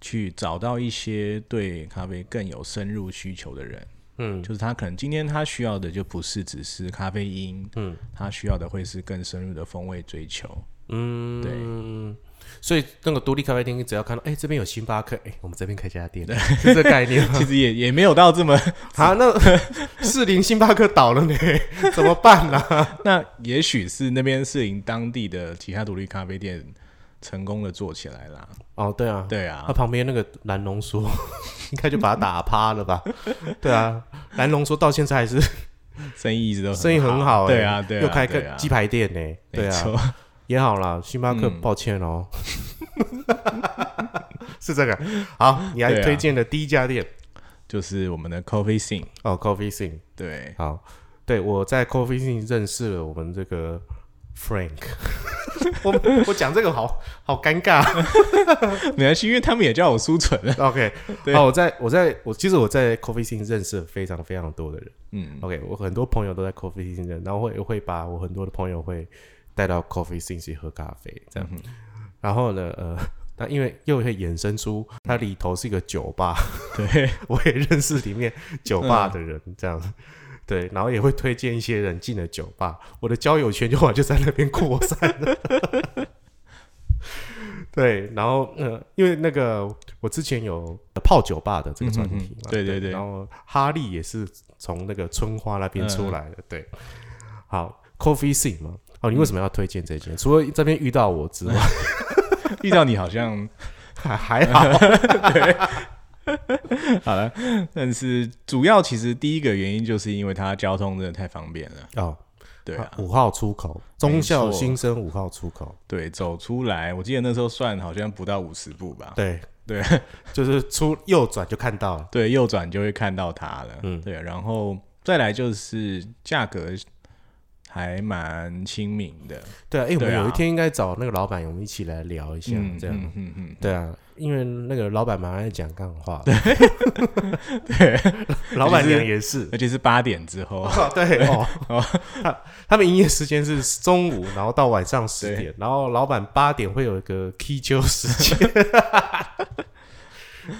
Speaker 2: 去找到一些对咖啡更有深入需求的人。
Speaker 1: 嗯，
Speaker 2: 就是他可能今天他需要的就不是只是咖啡因，
Speaker 1: 嗯，
Speaker 2: 他需要的会是更深入的风味追求。
Speaker 1: 嗯，
Speaker 2: 对
Speaker 1: 对。所以那个独立咖啡店，只要看到哎、这边有星巴克，哎、我们这边开这家店，是这概念
Speaker 2: *laughs*
Speaker 1: 吗
Speaker 2: 其？实也也没有到这么， *laughs*
Speaker 1: 啊，那士林星巴克倒了呢， *laughs* 怎么办啊呢、
Speaker 2: *laughs* 那也许是那边是营当地的其他独立咖啡店成功的做起来啦。
Speaker 1: 哦，对啊，
Speaker 2: 对
Speaker 1: 他、
Speaker 2: 啊，
Speaker 1: 旁边那个蓝龙说，应该就把他打趴了
Speaker 2: *laughs*
Speaker 1: 吧？对啊，蓝龙说到现在还是
Speaker 2: 生意一直都很
Speaker 1: 生意很好、哎
Speaker 2: 对啊，对啊，
Speaker 1: 又开
Speaker 2: 对
Speaker 1: 个
Speaker 2: 啊
Speaker 1: 鸡排店呢、对
Speaker 2: 没
Speaker 1: 啊，
Speaker 2: 错， *laughs*
Speaker 1: 也好啦，星巴克，
Speaker 2: 嗯
Speaker 1: 抱歉哦， *laughs* 是这个。好，你还
Speaker 2: 对啊
Speaker 1: 推荐的第一家店
Speaker 2: 就是我们的 Coffee Scene。
Speaker 1: 哦，Coffee Sing。
Speaker 2: 对，
Speaker 1: 好，对我在 Coffee s i n 认识了我们这个 Frank，我我讲这个好好尴尬。
Speaker 2: 没关系，因为他们也叫我苏纯啊
Speaker 1: *laughs*
Speaker 2: 了。
Speaker 1: OK，
Speaker 2: 对
Speaker 1: 好，我在我在我其实我在 Coffee s i n 认识了非常非常多的人。
Speaker 2: 嗯
Speaker 1: OK，我很多朋友都在 Coffee s i n 认识，然后会会把我很多的朋友会带到 Coffee s i n 去喝咖啡这样。然后呢，呃。那因为又会衍生出它里头是一个酒吧，
Speaker 2: *laughs* 对，
Speaker 1: 我也认识里面酒
Speaker 2: 嗯
Speaker 1: 吧的人，这样子。对，然后也会推荐一些人进了酒吧，我的交友圈就完就在那边扩散了。 *laughs* 对，然后呃，因为那个我之前有泡酒吧的这个专题
Speaker 2: 嗯
Speaker 1: 嘛，
Speaker 2: 哼对对对
Speaker 1: 然后哈利也是从那个春花那边
Speaker 2: 嗯
Speaker 1: 出来的，对。好，Coffee Sing 嘛，哦，你为什么要推荐这间？除了这边遇到我之外， *laughs*
Speaker 2: 遇到你好像
Speaker 1: 还还
Speaker 2: *laughs* 啊
Speaker 1: 好，
Speaker 2: 好了，但是主要其实第一个原因就是因为它交通真的太方便了。
Speaker 1: 哦，
Speaker 2: 对啊，
Speaker 1: 五号出口，忠孝
Speaker 2: 没错
Speaker 1: 新生五号出口，
Speaker 2: 对，走出来，我记得那时候算好像不到五十步吧。
Speaker 1: 对
Speaker 2: 啊对，
Speaker 1: *laughs* 就是出右转就看到了。
Speaker 2: 对，右转就会看到它了。
Speaker 1: 嗯
Speaker 2: 对，然后再来就是价格还蛮亲民的。
Speaker 1: 对啊，哎、我
Speaker 2: 对
Speaker 1: 们
Speaker 2: 啊
Speaker 1: 有一天应该找那个老板，我们一起来聊一下，
Speaker 2: 嗯，
Speaker 1: 啊这样。
Speaker 2: 嗯嗯嗯，
Speaker 1: 对啊，因为那个老板蛮爱讲干话的，
Speaker 2: *laughs* 对，
Speaker 1: *laughs* 老板娘也是。
Speaker 2: 而且是八点之后。
Speaker 1: 哦， *laughs* 对
Speaker 2: *laughs*
Speaker 1: 哦，他他们营业时间是中午，然后到晚上十点，然后老板八点会有一个 K 酒时
Speaker 2: *laughs*
Speaker 1: 间。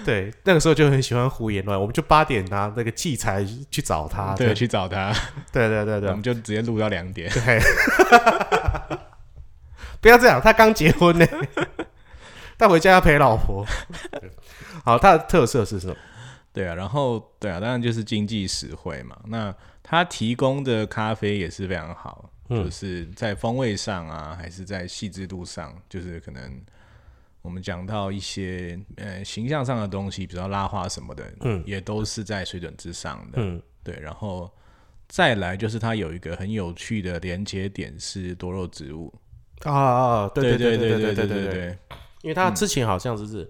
Speaker 1: 对，那个时候就很喜欢胡言乱，我们就八点拿那个器材去找他。啊对
Speaker 2: 对，
Speaker 1: 啊
Speaker 2: 去找他，
Speaker 1: 对对对
Speaker 2: 我
Speaker 1: 对
Speaker 2: 们就直接录到两点。
Speaker 1: 对， *laughs* 不要这样，他刚结婚呢，
Speaker 2: *laughs*
Speaker 1: 他回家要陪老婆。好，它的特色是什么？
Speaker 2: 对啊，然后对啊，当然就是经济实惠嘛。那它提供的咖啡也是非常好，
Speaker 1: 嗯
Speaker 2: 就是在风味上啊，还是在细致度上，就是可能我们讲到一些呃形象上的东西，比如说拉花什么的，
Speaker 1: 嗯
Speaker 2: 也都是在水准之上的。
Speaker 1: 嗯
Speaker 2: 对，然后再来就是它有一个很有趣的连接点是多肉植物。
Speaker 1: 啊啊，对
Speaker 2: 哦
Speaker 1: 对
Speaker 2: 对对
Speaker 1: 对
Speaker 2: 对
Speaker 1: 对
Speaker 2: 对，
Speaker 1: 因为他之前好像就是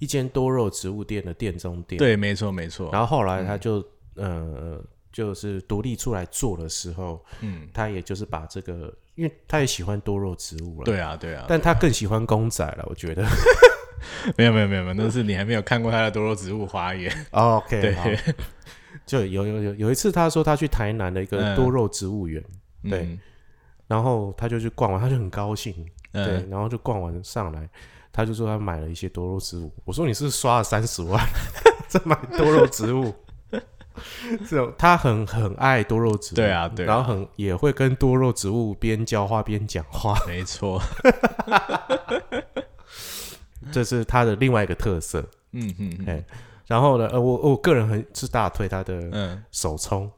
Speaker 1: 一间多肉植物店的店中店，，
Speaker 2: 对，没错没错。
Speaker 1: 然后后来他就呃就是独立出来做的时候，
Speaker 2: 嗯，
Speaker 1: 他也就是把这个，因为他也喜欢多肉植物了，，
Speaker 2: 对啊对啊，
Speaker 1: 但他更喜欢公仔了，我觉得。
Speaker 2: 没有没有没有，没有那是你还没有看过它的多肉植物花园。
Speaker 1: 哦 OK，
Speaker 2: 对
Speaker 1: 好就有有有有一次，他说他去台南的一个
Speaker 2: 嗯
Speaker 1: 多肉植物园，对
Speaker 2: 嗯
Speaker 1: 然后他就去逛完，他就很高兴，
Speaker 2: 嗯，
Speaker 1: 对，然后就逛完上来，他就说他买了一些多肉植物。我说你是不是刷了三十万 *laughs* 在买多肉植物？ *laughs* 这种他很很爱多肉植物，
Speaker 2: 对啊，对
Speaker 1: 然
Speaker 2: 啊，
Speaker 1: 后很也会跟多肉植物边浇花边讲话，
Speaker 2: *laughs*
Speaker 1: *laughs*
Speaker 2: 没错，
Speaker 1: 这是他的另外一个特色。
Speaker 2: 嗯
Speaker 1: *laughs*
Speaker 2: 嗯
Speaker 1: 哎然后呢，呃，我我个人很是大推他的
Speaker 2: 嗯，
Speaker 1: 手冲，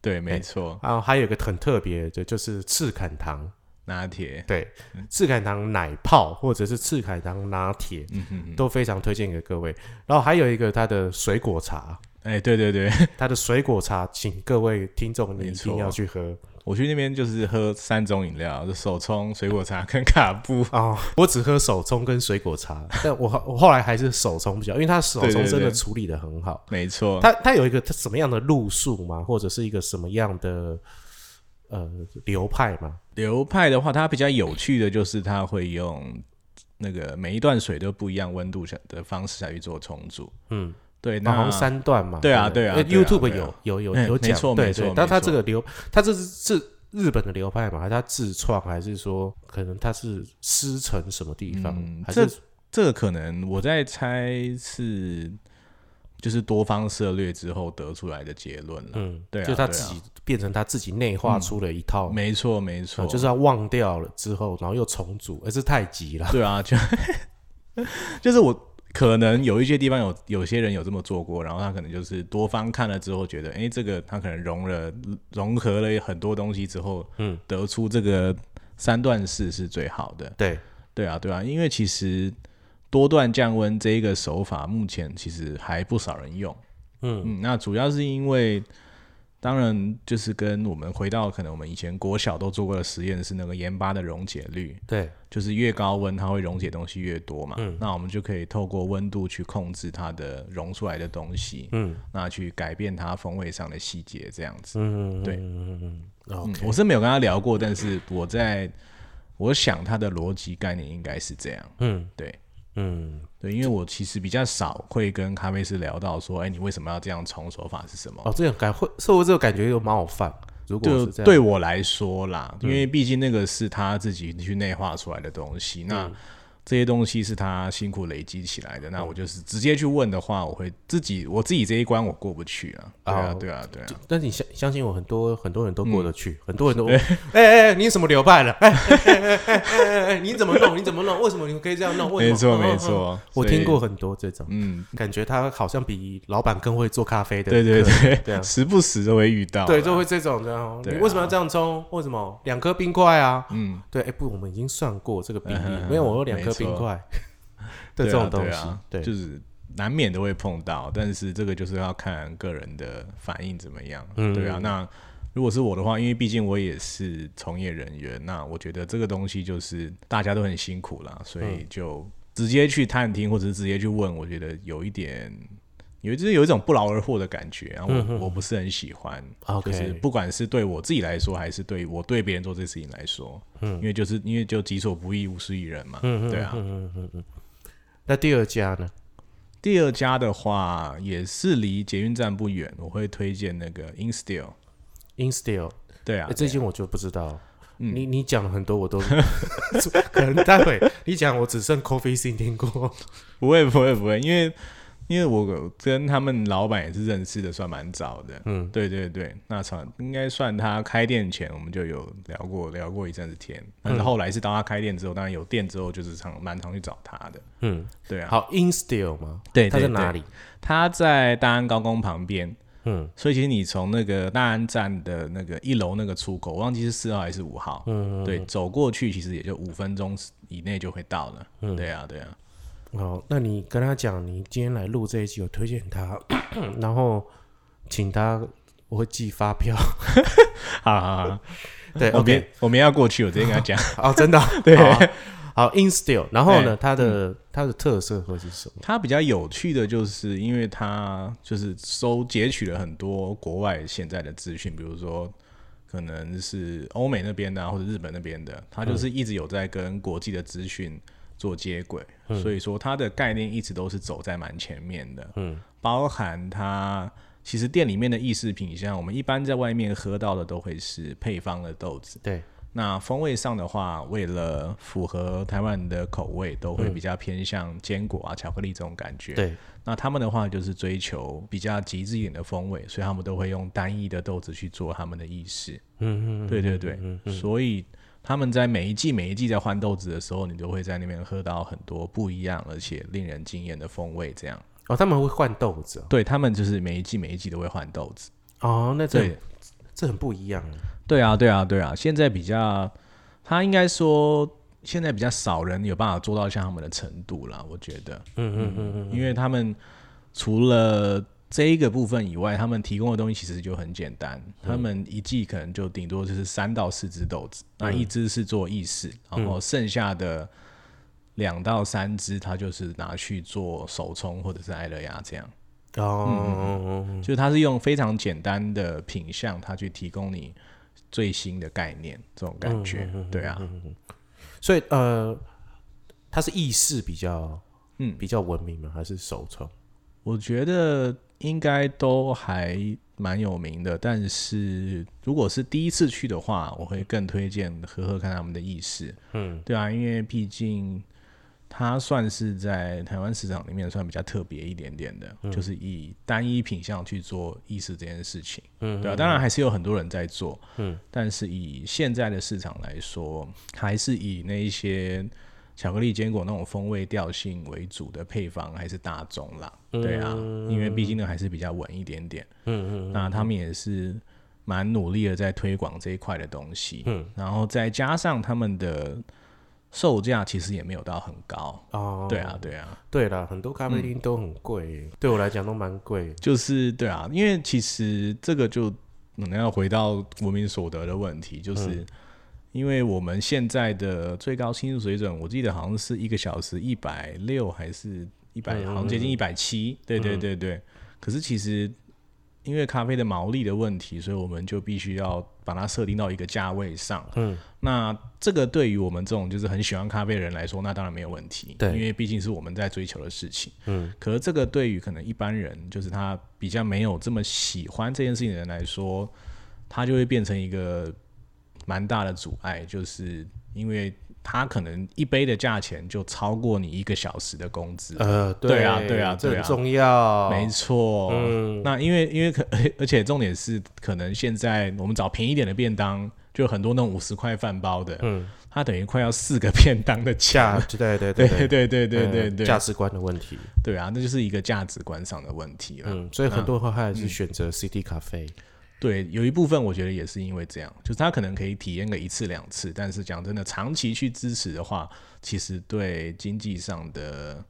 Speaker 2: 对，没错，
Speaker 1: 然后还有一个很特别的，就是赤坎糖。
Speaker 2: 拿铁，
Speaker 1: 对，
Speaker 2: 嗯
Speaker 1: 赤坎堂奶泡或者是赤坎堂拿铁
Speaker 2: 嗯哼哼，
Speaker 1: 都非常推荐给各位。然后还有一个它的水果茶，
Speaker 2: 哎、对对对， *laughs*
Speaker 1: 它的水果茶，请各位听众你
Speaker 2: 没
Speaker 1: 一
Speaker 2: 错
Speaker 1: 定要去喝
Speaker 2: 我去那边就是喝三种饮料，就手冲、水果茶跟卡布。
Speaker 1: 哦。 *laughs* 我只喝手冲跟水果茶，但我后我后来还是手冲比较，因为它手
Speaker 2: 对对
Speaker 1: 冲
Speaker 2: 对哦
Speaker 1: 真的处理的很好。
Speaker 2: 没错，
Speaker 1: 它它有一个它什么样的路数吗？或者是一个什么样的呃流派吗？
Speaker 2: 流派的话，它比较有趣的就是它会用那个每一段水都不一样温度下的方式下去做冲煮。
Speaker 1: 嗯，
Speaker 2: 对，那
Speaker 1: 好像三段嘛。
Speaker 2: 对啊
Speaker 1: 不
Speaker 2: 对啊
Speaker 1: 呃
Speaker 2: 对啊
Speaker 1: ，YouTube
Speaker 2: 对啊
Speaker 1: 有有有
Speaker 2: 哎
Speaker 1: 有
Speaker 2: 没
Speaker 1: 讲
Speaker 2: 错，没
Speaker 1: 对
Speaker 2: 错
Speaker 1: 对
Speaker 2: 没。
Speaker 1: 但它
Speaker 2: 错
Speaker 1: 这个流，它这是是日本的流派嘛？还是它自创，还是说可能它是师承什么地方？
Speaker 2: 嗯
Speaker 1: 还是
Speaker 2: 这个可能我在猜是就是多方涉略之后得出来的结论了。
Speaker 1: 嗯，
Speaker 2: 对啊
Speaker 1: 就他
Speaker 2: 对啊嗯
Speaker 1: 自己变成他自己内化出了一套，
Speaker 2: 没错，没错，
Speaker 1: 呃就是他忘掉了之后，然后又重组，而是太极了。
Speaker 2: *laughs* 对啊，就就是我可能有一些地方有有些人有这么做过，然后他可能就是多方看了之后觉得，哎、这个他可能融了融合了很多东西之后，
Speaker 1: 嗯，
Speaker 2: 得出这个三段式是最好的。
Speaker 1: 对，
Speaker 2: 对啊，对啊，因为其实多段降温这一个手法，目前其实还不少人用。
Speaker 1: 嗯
Speaker 2: 嗯，那主要是因为，当然就是跟我们回到可能我们以前国小都做过的实验是那个盐巴的溶解率，
Speaker 1: 对，
Speaker 2: 就是越高温它会溶解东西越多嘛。
Speaker 1: 嗯
Speaker 2: 那我们就可以透过温度去控制它的溶出来的东西，
Speaker 1: 嗯
Speaker 2: 那去改变它风味上的细节，这样子。
Speaker 1: 嗯，
Speaker 2: 对
Speaker 1: 嗯嗯
Speaker 2: 嗯
Speaker 1: 哦，
Speaker 2: 我是没有跟他聊过，但是我在我想他的逻辑概念应该是这样，
Speaker 1: 嗯
Speaker 2: 对。
Speaker 1: 嗯，
Speaker 2: 对，因为我其实比较少会跟咖啡师聊到说，哎、你为什么要这样冲手法是什么？
Speaker 1: 哦，这种感会，是我这种感觉有蛮好犯。如果
Speaker 2: 就是
Speaker 1: 这样，
Speaker 2: 对我来说啦，因为毕竟那个是他自己去内化出来的东西，
Speaker 1: 嗯
Speaker 2: 那这些东西是他辛苦累积起来的。
Speaker 1: 嗯
Speaker 2: 那我就是直接去问的话，我会自己我自己这一关我过不去啊。对啊，
Speaker 1: 哦
Speaker 2: 对啊，对啊。
Speaker 1: 但是你相相信我，很多很多人都过得去，很多人都，哎哎哎，你什么流派了？哎哎哎哎哎哎，你怎么弄？你怎么弄？为什么你可以这样弄？为什
Speaker 2: 没
Speaker 1: 么
Speaker 2: 错，
Speaker 1: 嗯
Speaker 2: 没。
Speaker 1: 嗯嗯
Speaker 2: 错，
Speaker 1: 我
Speaker 2: 所以
Speaker 1: 听过，很多这种，
Speaker 2: 嗯，
Speaker 1: 感觉他好像比老板更会做咖啡的。
Speaker 2: 对对对，
Speaker 1: *laughs* 对啊
Speaker 2: 时不时都会遇到啦，
Speaker 1: 对，就会这种的哦。
Speaker 2: 对啊
Speaker 1: 你为什么要这样冲？为什么两颗冰块啊？
Speaker 2: 嗯，
Speaker 1: 对，哎，不，我们已经算过这个比
Speaker 2: 嗯
Speaker 1: 例
Speaker 2: 哼，
Speaker 1: 没有，我有两颗冰块的这种
Speaker 2: 对啊
Speaker 1: 东
Speaker 2: 对
Speaker 1: 西
Speaker 2: 啊。
Speaker 1: 对，
Speaker 2: 就是难免都会碰到，但是这个就是要看个人的反应怎么样。
Speaker 1: 嗯
Speaker 2: 对啊，那如果是我的话，因为毕竟我也是从业人员，那我觉得这个东西就是大家都很辛苦啦，所
Speaker 1: 嗯
Speaker 2: 以就直接去探听或者是直接去问，我觉得有一点。有就是有一种不劳而获的感觉，然后我、我不是很喜欢。
Speaker 1: 嗯 OK
Speaker 2: 就是不管是对我自己来说，还是对我对别人做这事情来说，嗯，因为就是因为就己所不欲，勿施于人嘛，
Speaker 1: 嗯
Speaker 2: 对啊，
Speaker 1: 嗯嗯嗯嗯。那第二家呢？
Speaker 2: 第二家的话，也是离捷运站不远，我会推荐那个 Insteel。
Speaker 1: Instill，
Speaker 2: 对啊
Speaker 1: 哎，这些我就不知道。
Speaker 2: 嗯
Speaker 1: 你你讲了很多，我都 *laughs* 可能待会你讲，我只剩 Coffee Scene 听过。
Speaker 2: 不会不会不会，因为因为我跟他们老板也是认识的，算蛮早的。
Speaker 1: 嗯，
Speaker 2: 对对对，那算应该算他开店前我们就有聊过聊过一阵子天，但
Speaker 1: 嗯
Speaker 2: 是后来是到他开店之后，当然有店之后就是常蛮常去找他的。
Speaker 1: 嗯，
Speaker 2: 对啊，
Speaker 1: 好，Instill 吗？
Speaker 2: 对
Speaker 1: 它在
Speaker 2: 对对
Speaker 1: 哪里？
Speaker 2: 他在大安高工旁边，
Speaker 1: 嗯
Speaker 2: 所以其实你从那个大安站的那个一楼那个出口，我忘记是四号还是五号，
Speaker 1: 嗯，
Speaker 2: 对，走过去其实也就五分钟以内就会到了。
Speaker 1: 嗯
Speaker 2: 对啊，对啊，
Speaker 1: 好，哦那你跟他讲，你今天来录这一集，我推荐他，
Speaker 2: *coughs*
Speaker 1: 然后请他，我会寄发票。
Speaker 2: *laughs* 好好好，
Speaker 1: *laughs* 对
Speaker 2: 我明
Speaker 1: ，OK，
Speaker 2: 我明天要过去，我直接跟他讲。
Speaker 1: 哦，真的哦、
Speaker 2: *laughs* 对
Speaker 1: 好啊，好，Instill，然后
Speaker 2: 对嗯
Speaker 1: 呢，它的它的特色会是什么？
Speaker 2: 它比较有趣的就是，因为它就是收截取了很多国外现在的资讯，比如说可能是欧美那边的、啊，或者日本那边的，它就是一直有在跟国际的资讯做接轨，所以说它的概念一直都是走在蛮前面的。
Speaker 1: 嗯，
Speaker 2: 包含它其实店里面的意式品像我们一般在外面喝到的都会是配方的豆子，
Speaker 1: 对，
Speaker 2: 那风味上的话，为了符合台湾人的口味，都会比较偏向坚果啊、巧克力这种感觉。，
Speaker 1: 嗯对，
Speaker 2: 那他们的话就是追求比较极致一点的风味，所以他们都会用单一的豆子去做他们的意式。
Speaker 1: 嗯嗯，
Speaker 2: 对对对，所以他们在每一季每一季在换豆子的时候，你都会在那边喝到很多不一样而且令人惊艳的风味。这样，
Speaker 1: 哦，他们会换豆子哦
Speaker 2: 对他们就是每一季每一季都会换豆子。
Speaker 1: 哦，哦那这
Speaker 2: 对
Speaker 1: 很这很不一样啊。
Speaker 2: 对啊，对啊，对啊！现在比较他应该说现在比较少人有办法做到像他们的程度啦，我觉得，
Speaker 1: 嗯嗯嗯
Speaker 2: 因为他们除了这一个部分以外，他们提供的东西其实就很简单。
Speaker 1: 嗯
Speaker 2: 他们一季可能就顶多就是三到四只豆子，
Speaker 1: 嗯
Speaker 2: 那一只是做意式，然后剩下的两到三只，它就是拿去做手冲或者是艾乐芽这样。
Speaker 1: 嗯，哦，
Speaker 2: 就是它是用非常简单的品相，它去提供你最新的概念，这种感觉，对啊，
Speaker 1: 所以呃，它是意式比较
Speaker 2: 嗯
Speaker 1: 比较文明吗？还是手冲？
Speaker 2: 我觉得应该都还蛮有名的，但是如果是第一次去的话，我会更推荐喝喝看他们的意式。嗯，对啊，因为毕竟它算是在台湾市场里面算比较特别一点点的，就是以单一品相去做意式这件事情。嗯，对啊，当然还是有很多人在做。嗯，但是以现在的市场来说，还是以那一些。巧克力坚果那种风味调性为主的配方还是大众啦，对啊，因为毕竟呢还是比较稳一点点。嗯嗯，那他们也是蛮努力的在推广这一块的东西。嗯，然后再加上他们的售价其实也没有到很高。
Speaker 1: 哦，
Speaker 2: 对啊，对啊，
Speaker 1: 对啦，很多咖啡厅都很贵，对我来讲都蛮贵。
Speaker 2: 就是对啊，因为其实这个就可能要回到国民所得的问题，就是因为我们现在的最高薪资水准，我记得好像是一个小时一百六还是一百，好像接近一百七，对
Speaker 1: 嗯
Speaker 2: 对对对。可是其实因为咖啡的毛利的问题，所以我们就必须要把它设定到一个价位上。
Speaker 1: 嗯，
Speaker 2: 那这个对于我们这种就是很喜欢咖啡的人来说，那当然没有问题，
Speaker 1: 对嗯
Speaker 2: 因为毕竟是我们在追求的事情。可是这个对于可能一般人，就是他比较没有这么喜欢这件事情的人来说，他就会变成一个蛮大的阻碍，就是因为他可能一杯的价钱就超过你一个小时的工资。
Speaker 1: 呃，
Speaker 2: 对啊对啊
Speaker 1: 这
Speaker 2: 对
Speaker 1: 很
Speaker 2: 啊
Speaker 1: 重要。
Speaker 2: 没错，
Speaker 1: 嗯
Speaker 2: 那因为因为可 *laughs* 而且重点是，可能现在我们找便宜一点的便当，就很多那种五十块饭包的，
Speaker 1: 嗯，
Speaker 2: 它等于快要四个便当的
Speaker 1: 价
Speaker 2: 价。
Speaker 1: 对对
Speaker 2: *laughs* 对
Speaker 1: 对
Speaker 2: 对对对对
Speaker 1: 嗯
Speaker 2: 对，
Speaker 1: 价值观的问题。
Speaker 2: 对啊，那就是一个价值观上的问题了。
Speaker 1: 嗯，所以很多人还是选择 CT 咖啡。
Speaker 2: 对，有一部分我觉得也是因为这样，就是他可能可以体验个一次两次，但是讲真的，长期去支持的话，其实对经济上的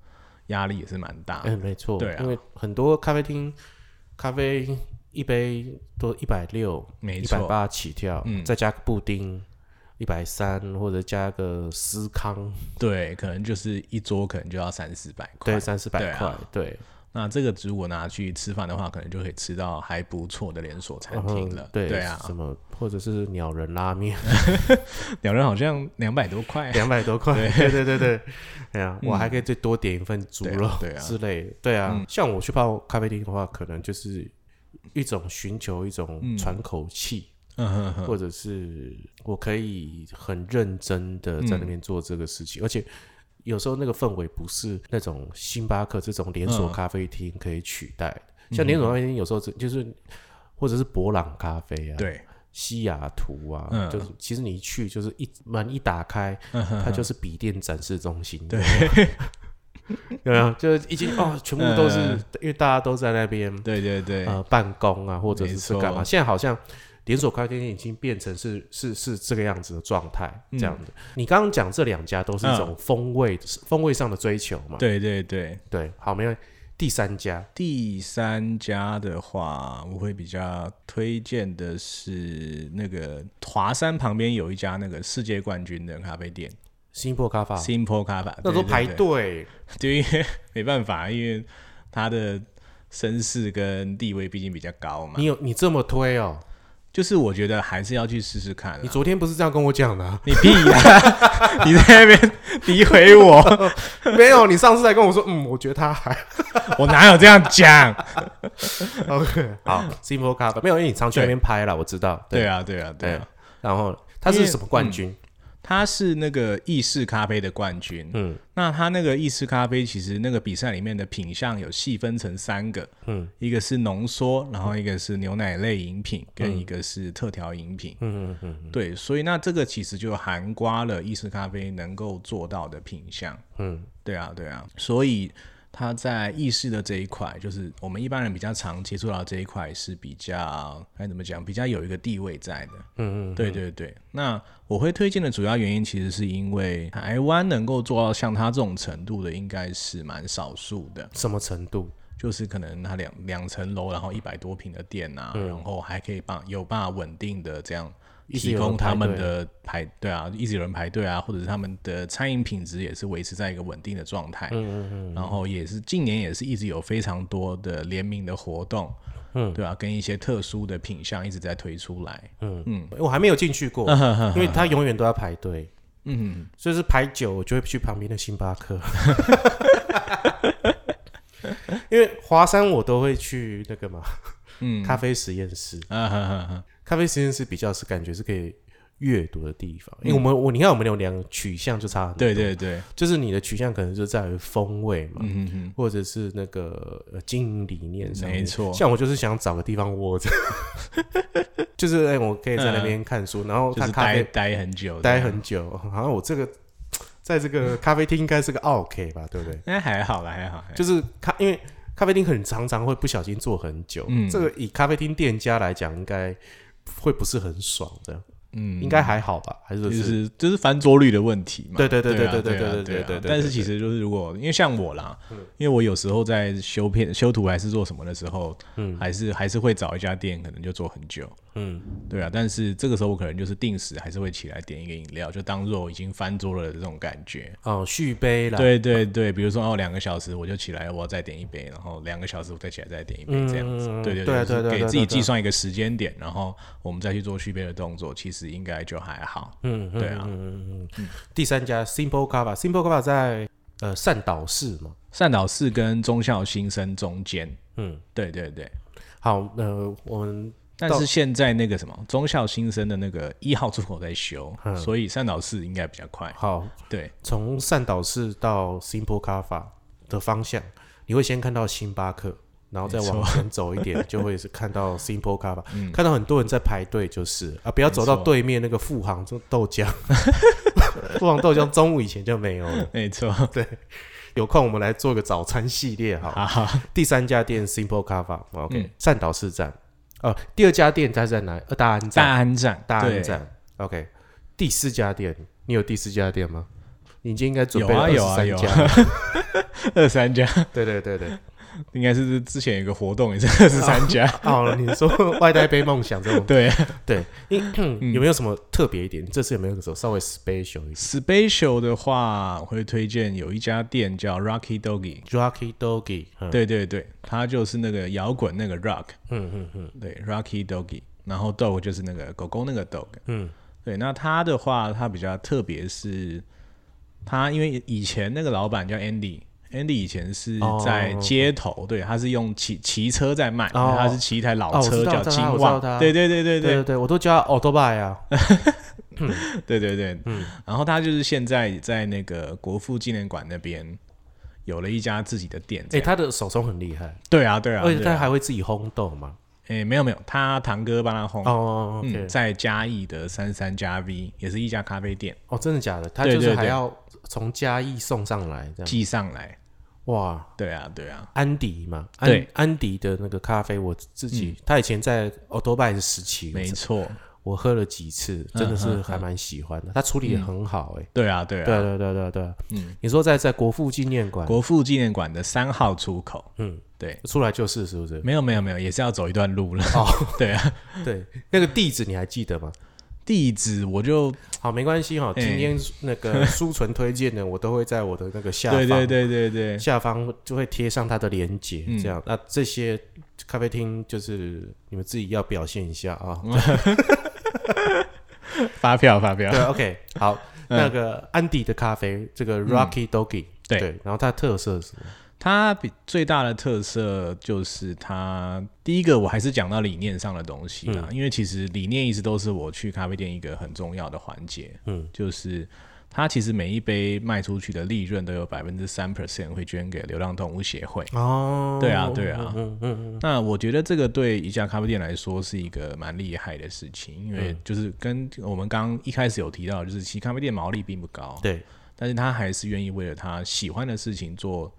Speaker 2: 压力也是蛮大的。
Speaker 1: 嗯，没错，
Speaker 2: 对啊
Speaker 1: 因为很多咖啡厅咖啡一杯都一百六、
Speaker 2: 没
Speaker 1: 一百
Speaker 2: 错，嗯
Speaker 1: 八起跳，再加个布丁。一百三，或者加个司康，
Speaker 2: 对，可能就是一桌可能就要三四百块
Speaker 1: 对，。三四
Speaker 2: 对
Speaker 1: 百
Speaker 2: 啊
Speaker 1: 块，对，
Speaker 2: 那这个如果拿去吃饭的话，可能就可以吃到还不错的连锁餐厅了
Speaker 1: 嗯。对
Speaker 2: 对啊
Speaker 1: 什，么或者是鸟人拉
Speaker 2: *laughs*
Speaker 1: 面，
Speaker 2: 两人好像两百多块。
Speaker 1: 两百多块， *laughs* 对对对对，哎呀，我还可以再多点一份猪
Speaker 2: 对啊
Speaker 1: 肉
Speaker 2: 嗯对啊
Speaker 1: 之类的，对啊，像我去泡咖啡厅的话，可能就是一种寻求一种喘口气，
Speaker 2: *laughs* 嗯哼哼，
Speaker 1: 或者是我可以很认真的在那边做这个事
Speaker 2: 嗯
Speaker 1: 情，而且有时候那个氛围不是那种星巴克这种连锁
Speaker 2: 嗯
Speaker 1: 咖啡厅可以取代的。像连锁咖啡厅有时候就就是或者是博朗咖啡啊，
Speaker 2: 对，
Speaker 1: 西雅图啊，
Speaker 2: 嗯
Speaker 1: 就是其实你一去就是一门一打开，
Speaker 2: 嗯哼
Speaker 1: 它就是笔电展示中心， *laughs* 对。对啊，就是已经哦，全部都是、
Speaker 2: 嗯
Speaker 1: 因为大家都在那边，
Speaker 2: 对对对，
Speaker 1: 呃办公啊，或者
Speaker 2: 没
Speaker 1: 是是干嘛？
Speaker 2: 错
Speaker 1: 现在好像连锁咖啡店已经变成是是是这个样子的状态，
Speaker 2: 嗯
Speaker 1: 这样子。你刚刚讲这两家都是一种风味、风味上的追求嘛？
Speaker 2: 对对对。
Speaker 1: 对，好，没有第三家，
Speaker 2: 第三家的话，我会比较推荐的是那个华山旁边有一家那个世界冠军的咖啡店、
Speaker 1: 新波咖啡，
Speaker 2: s i m p l e 咖啡，
Speaker 1: 啊那时候排
Speaker 2: 对
Speaker 1: 队，
Speaker 2: 对对因为没办法，因为他的身世跟地位毕竟比较高嘛
Speaker 1: 你，有你这么推哦？
Speaker 2: 就是我觉得还是要去试试看啦？
Speaker 1: 你昨天不是这样跟我讲的啊
Speaker 2: 你屁呀、 *laughs* 你在那边诋毁我，
Speaker 1: *laughs* 没有，你上次才跟我说，嗯，我觉得他还 *laughs*
Speaker 2: 我哪有这样讲？
Speaker 1: OK。好，新波咖啡没有，因为你常去那边拍了，我知道。
Speaker 2: 对，啊，对啊，对
Speaker 1: 对嗯
Speaker 2: 啊。。
Speaker 1: 然后他
Speaker 2: 因
Speaker 1: 是
Speaker 2: 为
Speaker 1: 什么冠军？
Speaker 2: 他是那个意式咖啡的冠军，
Speaker 1: 嗯
Speaker 2: 嗯，那他那个意式咖啡其实那个比赛里面的品相有细分成三个，
Speaker 1: 嗯
Speaker 2: 嗯，一个是浓缩，然后一个是牛奶类饮品，跟一个是特调饮品，
Speaker 1: 嗯嗯嗯嗯
Speaker 2: 对，所以那这个其实就含刮了意式咖啡能够做到的品相，
Speaker 1: 嗯
Speaker 2: 对啊，对啊，所以它在意识的这一块，就是我们一般人比较常接触到这一块是比较该怎么讲，比较有一个地位在的。
Speaker 1: 嗯嗯，
Speaker 2: 对对对，那我会推荐的主要原因，其实是因为台湾能够做到像它这种程度的，应该是蛮少数的。
Speaker 1: 什么程度？
Speaker 2: 就是可能它两两层楼，然后一百多平的店啊，然后还可以帮有办法稳定的这样
Speaker 1: 一直
Speaker 2: 提
Speaker 1: 有人
Speaker 2: 供
Speaker 1: 排
Speaker 2: 他们
Speaker 1: 队
Speaker 2: 的排对啊，一直有人排队啊，或者是他们的餐饮品质也是维持在一个稳定的状态。嗯嗯嗯。然后也是近年也是一直有非常多的联名的活动，嗯，对啊，跟一些特殊的品相一直在推出来。
Speaker 1: 我还没有进去过，因为他永远都要排队。嗯，所以是排久，我就会去旁边的星巴 *laughs* 克。因为华山我都会去那个嘛，
Speaker 2: 嗯
Speaker 1: 咖啡实验室。
Speaker 2: 啊哈哈哈，
Speaker 1: 咖啡实验室比较是感觉是可以阅读的地方，因为我们我你看我们有两个取向就差很多，
Speaker 2: 对对对，
Speaker 1: 就是你的取向可能就在于风味嘛，
Speaker 2: 嗯嗯嗯，
Speaker 1: 或者是那个呃经营理念上面。
Speaker 2: 没错
Speaker 1: 像我就是想找个地方窝着， *laughs* 就是哎、我可以在那边看书，然后
Speaker 2: 嗯就
Speaker 1: 他
Speaker 2: 是
Speaker 1: 咖
Speaker 2: 待
Speaker 1: 啡
Speaker 2: 待很久，
Speaker 1: 待，很久，好像我这个在这个咖啡厅应该是个 OK 吧，对不对？
Speaker 2: 那哎还好啦，还好，还好
Speaker 1: 就是咖，因为咖啡厅很常常会不小心坐很久，
Speaker 2: 嗯
Speaker 1: 这个以咖啡厅店家来讲，应该会不是很爽的，
Speaker 2: 嗯
Speaker 1: 应该还好吧？还是
Speaker 2: 就
Speaker 1: 说
Speaker 2: 是就是翻桌率的问题嘛。
Speaker 1: 对对对
Speaker 2: 对
Speaker 1: 对对
Speaker 2: 啊
Speaker 1: 对对
Speaker 2: 对啊
Speaker 1: 对对
Speaker 2: 啊
Speaker 1: 对
Speaker 2: 但是
Speaker 1: 对嗯
Speaker 2: 其实就是如果因为像我啦，因为我有时候在修片、修图还是做什么的时候，
Speaker 1: 嗯
Speaker 2: 还是还是会找一家店，可能就做很久。
Speaker 1: 嗯，
Speaker 2: 对啊，但是这个时候我可能就是定时还是会起来点一个饮料，就当做已经翻桌了的这种感觉。
Speaker 1: 哦续杯啦，
Speaker 2: 对对对，比如说哦，两个小时我就起来，我要再点一杯，然后两个小时我再起来再点一杯，这样子。
Speaker 1: 嗯
Speaker 2: 对对
Speaker 1: 对啊对
Speaker 2: 就是
Speaker 1: 对
Speaker 2: 给
Speaker 1: 对
Speaker 2: 自己
Speaker 1: 对
Speaker 2: 计算一个时间点，然后我们再去做续杯的动作，其实应该就还好。
Speaker 1: 嗯，嗯
Speaker 2: 对啊
Speaker 1: 嗯嗯嗯嗯。第三家 Simple Cava，Simple Cava 在呃善导市嘛，
Speaker 2: 善导寺跟忠孝新生中间，
Speaker 1: 嗯，
Speaker 2: 对对对。
Speaker 1: 好，呃，我们
Speaker 2: 但是现在那个什么忠孝新生的那个一号出口在修，
Speaker 1: 嗯
Speaker 2: 所以善导寺应该比较快。
Speaker 1: 好
Speaker 2: 对，
Speaker 1: 从善导市到 Simple Cava 的方向，你会先看到星巴克，然后再往前走一点，就会是看到 Simple Cava，、看到很多人在排队，就是啊，不要走到对面那个富航这豆浆， *laughs* 富航豆浆中午以前就没有了。
Speaker 2: 没错。
Speaker 1: 有空我们来做个早餐系列好了，第三家店 Simple Cava，OK，、
Speaker 2: 嗯
Speaker 1: 善导市站，呃，第二家店它是在哪？呃，大安
Speaker 2: 大
Speaker 1: 站，
Speaker 2: 安站，
Speaker 1: 大
Speaker 2: 对
Speaker 1: 安站，OK。第四家店，你有第四家店吗？你已经应该准
Speaker 2: 有
Speaker 1: 备了
Speaker 2: 啊
Speaker 1: 二
Speaker 2: 有
Speaker 1: 十
Speaker 2: 啊
Speaker 1: 三
Speaker 2: 有
Speaker 1: 家了。
Speaker 2: 啊，二三家
Speaker 1: *laughs* 对对对对，
Speaker 2: 应该是之前有一个活动也是二十三家，
Speaker 1: 哦，你说 *laughs* 外带杯梦想这种，
Speaker 2: 对嗯
Speaker 1: 对，你有没有什么特别一点？这次有没有什么稍微 special 一点
Speaker 2: special 的话，我会推荐有一家店叫 Rocky Doggy，
Speaker 1: ？Rocky Doggy，嗯
Speaker 2: 对对对，它就是那个摇滚那个 rock，
Speaker 1: 嗯嗯嗯
Speaker 2: 对，Rocky Doggy，然后 dog 就是那个狗狗那个 dog，
Speaker 1: 嗯
Speaker 2: 对，那他的话，他比较特别是，他因为以前那个老板叫 Andy。Andy 以前是在
Speaker 1: 哦
Speaker 2: 街头对，他是用骑骑车在卖，
Speaker 1: 哦
Speaker 2: 他是骑一台老
Speaker 1: 哦我
Speaker 2: 车
Speaker 1: 知道
Speaker 2: 叫
Speaker 1: 我知道
Speaker 2: 金
Speaker 1: 我知
Speaker 2: 旺
Speaker 1: 道，他
Speaker 2: 对对对
Speaker 1: 对
Speaker 2: 对
Speaker 1: 对
Speaker 2: 对
Speaker 1: 对，我都叫 Auto Buy
Speaker 2: *laughs*
Speaker 1: 啊，
Speaker 2: 对对对，
Speaker 1: 嗯
Speaker 2: 然后他就是现在在那个国父纪念馆那边有了一家自己的店，这
Speaker 1: 哎，
Speaker 2: 样
Speaker 1: 他的手冲很厉害，
Speaker 2: 对啊对啊，
Speaker 1: 而且
Speaker 2: 对
Speaker 1: 他
Speaker 2: 啊
Speaker 1: 还会自己烘豆嘛。
Speaker 2: 哎没有没有，他堂哥帮他烘，
Speaker 1: 哦
Speaker 2: 嗯，
Speaker 1: ，OK，
Speaker 2: 在嘉义的三三加 V 也是一家咖啡店
Speaker 1: 哦，真的假的？他
Speaker 2: 对
Speaker 1: 就是
Speaker 2: 对
Speaker 1: 还
Speaker 2: 对
Speaker 1: 要从嘉义送上来这样。
Speaker 2: 寄上来，
Speaker 1: 哇，
Speaker 2: 对啊对啊，
Speaker 1: 安迪嘛，
Speaker 2: 对嗯
Speaker 1: 安安迪的那个咖啡，我自己他以前在 Auto Buy 的时期，
Speaker 2: 没嗯错，
Speaker 1: 我喝了几次，真的是还蛮喜欢的。他处理也很好，哎，
Speaker 2: 对啊对啊，
Speaker 1: 对对对对对，
Speaker 2: 嗯，
Speaker 1: 你说在在国父纪念馆，
Speaker 2: 国父纪念馆的三号出口。
Speaker 1: 嗯，
Speaker 2: 对，
Speaker 1: 出来就是是不是？
Speaker 2: 没有没有没有，也是要走一段路了。
Speaker 1: 哦，
Speaker 2: *laughs* 对啊，
Speaker 1: 对，那个地址你还记得吗？
Speaker 2: 地址我就
Speaker 1: 好，没关系哈，
Speaker 2: 哎
Speaker 1: 今天那
Speaker 2: *laughs*
Speaker 1: 个书存推荐的，我都会在我的那个下方，
Speaker 2: 对对对对对，嗯
Speaker 1: 下方就会贴上它的连接，这样。那这些咖啡厅就是你们自己要表现一下啊。
Speaker 2: 发票发
Speaker 1: *laughs*
Speaker 2: 票，
Speaker 1: 对，OK，好，那个安迪的咖啡，这个 Rocky Doggy，
Speaker 2: 嗯对
Speaker 1: 对，然后它的特色是什么？
Speaker 2: 它比最大的特色就是它第一个，我还是讲到理念上的东西
Speaker 1: 嗯
Speaker 2: 啦，因为其实理念一直都是我去咖啡店一个很重要的环节，
Speaker 1: 嗯，
Speaker 2: 就是它其实每一杯卖出去的利润都有百分之三 percent 会捐给流浪动物协会。
Speaker 1: 哦，
Speaker 2: 对啊对啊
Speaker 1: 嗯嗯嗯，
Speaker 2: 那我觉得这个对一家咖啡店来说是一个蛮厉害的事情，因
Speaker 1: 嗯
Speaker 2: 为就是跟我们刚刚一开始有提到，就是其实咖啡店毛利并不高，
Speaker 1: 对，
Speaker 2: 但是他还是愿意为了他喜欢的事情做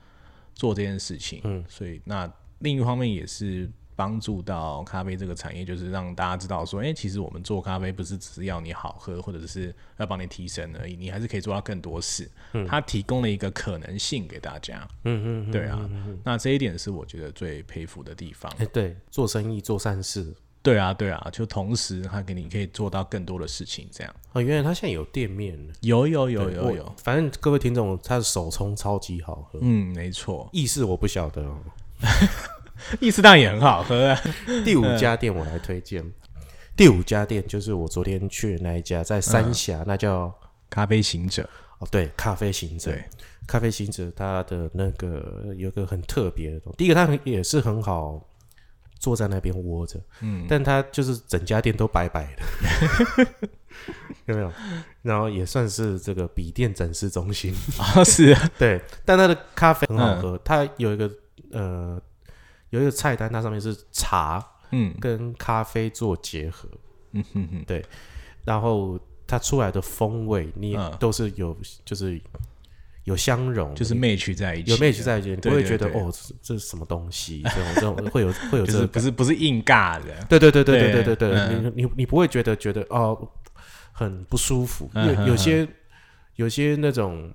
Speaker 2: 做这件事情。嗯，所以那另一方面也是帮助到咖啡这个产业，就是让大家知道说，哎、其实我们做咖啡不是只是要你好喝，或者是要帮你提升而已，你还是可以做到更多事。它提供了一个可能性给大家。
Speaker 1: 嗯嗯，
Speaker 2: 对啊，那这一点是我觉得最佩服的地方。
Speaker 1: 哎、对，做生意做善事
Speaker 2: 对啊，对啊，就同时它给你可以做到更多的事情，这样。
Speaker 1: 哦，原来他现在有店面了，
Speaker 2: 有有有
Speaker 1: 对
Speaker 2: 有
Speaker 1: 我
Speaker 2: 有，
Speaker 1: 反正各位听众，他的手冲超级好喝，
Speaker 2: 嗯，没错，
Speaker 1: 意式我不晓得哦。
Speaker 2: 意式当然也很好喝、啊。
Speaker 1: 第五家店我来推荐，第五家店就是我昨天去的那一家，在三
Speaker 2: 嗯
Speaker 1: 峡，那叫
Speaker 2: 咖啡行者，
Speaker 1: 哦对，咖啡行者。
Speaker 2: 对， *laughs*
Speaker 1: 咖啡行者它的那个有一个很特别的东西，第一个它很也是很好坐在那边窝着，嗯，但它就是整家店都白白的，有没有？然后也算是这个笔电展示中心，
Speaker 2: 啊是啊，
Speaker 1: 对，但它的咖啡很好
Speaker 2: 嗯
Speaker 1: 喝，它有一个呃有一个菜单，它上面是茶
Speaker 2: 嗯
Speaker 1: 跟咖啡做结合，
Speaker 2: 嗯哼哼，
Speaker 1: 然后它出来的风味你也
Speaker 2: 嗯
Speaker 1: 都是有就是有相融，
Speaker 2: 就是 match 在一起，
Speaker 1: 有 match 在一起，你不
Speaker 2: 对
Speaker 1: 会
Speaker 2: 对
Speaker 1: 觉得
Speaker 2: 对
Speaker 1: 哦，这这是什么东西？这种这 *laughs* 种会有会有这
Speaker 2: 就是
Speaker 1: 个
Speaker 2: 不
Speaker 1: 感，
Speaker 2: 是不是硬尬的，
Speaker 1: 对对对对对对
Speaker 2: 对
Speaker 1: 对对，
Speaker 2: 嗯
Speaker 1: 你你你不会觉得觉得哦很不舒服。
Speaker 2: 嗯
Speaker 1: 有
Speaker 2: 哼
Speaker 1: 有些有些那种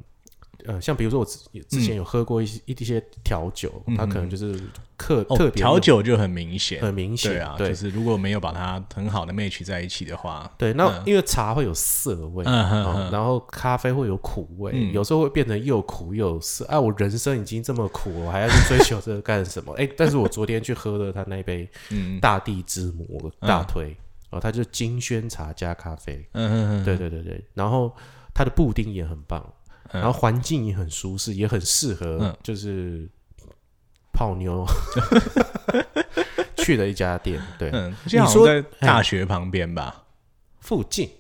Speaker 1: 呃，像比如说我之之
Speaker 2: 嗯
Speaker 1: 前有喝过一些一些调酒，它可能就是特特
Speaker 2: 哦，
Speaker 1: 别
Speaker 2: 调酒就很明显，
Speaker 1: 很明
Speaker 2: 对
Speaker 1: 显
Speaker 2: 啊，就是如果没有把它很好的 match 在一起的话，
Speaker 1: 对，那因为茶会有涩味，
Speaker 2: 嗯哼
Speaker 1: 哦然后咖啡会有苦味，
Speaker 2: 嗯
Speaker 1: 有时候会变成又苦又涩。啊，我人生已经这么苦，我还要去追求这个干什么？哎、但是我昨天去喝了他那杯
Speaker 2: *laughs* 嗯
Speaker 1: 大地之母，我大推、哦，它就是金萱茶加咖啡，
Speaker 2: 嗯哼哼，
Speaker 1: 对对对对，然后它的布丁也很棒，然后环境也很舒适，也很适合
Speaker 2: 嗯
Speaker 1: 就是泡
Speaker 2: *laughs*
Speaker 1: 妞去的一家店，对，
Speaker 2: 嗯，
Speaker 1: 你
Speaker 2: 你
Speaker 1: 说哎
Speaker 2: 说在大学旁边吧，
Speaker 1: 附近。
Speaker 2: 嗯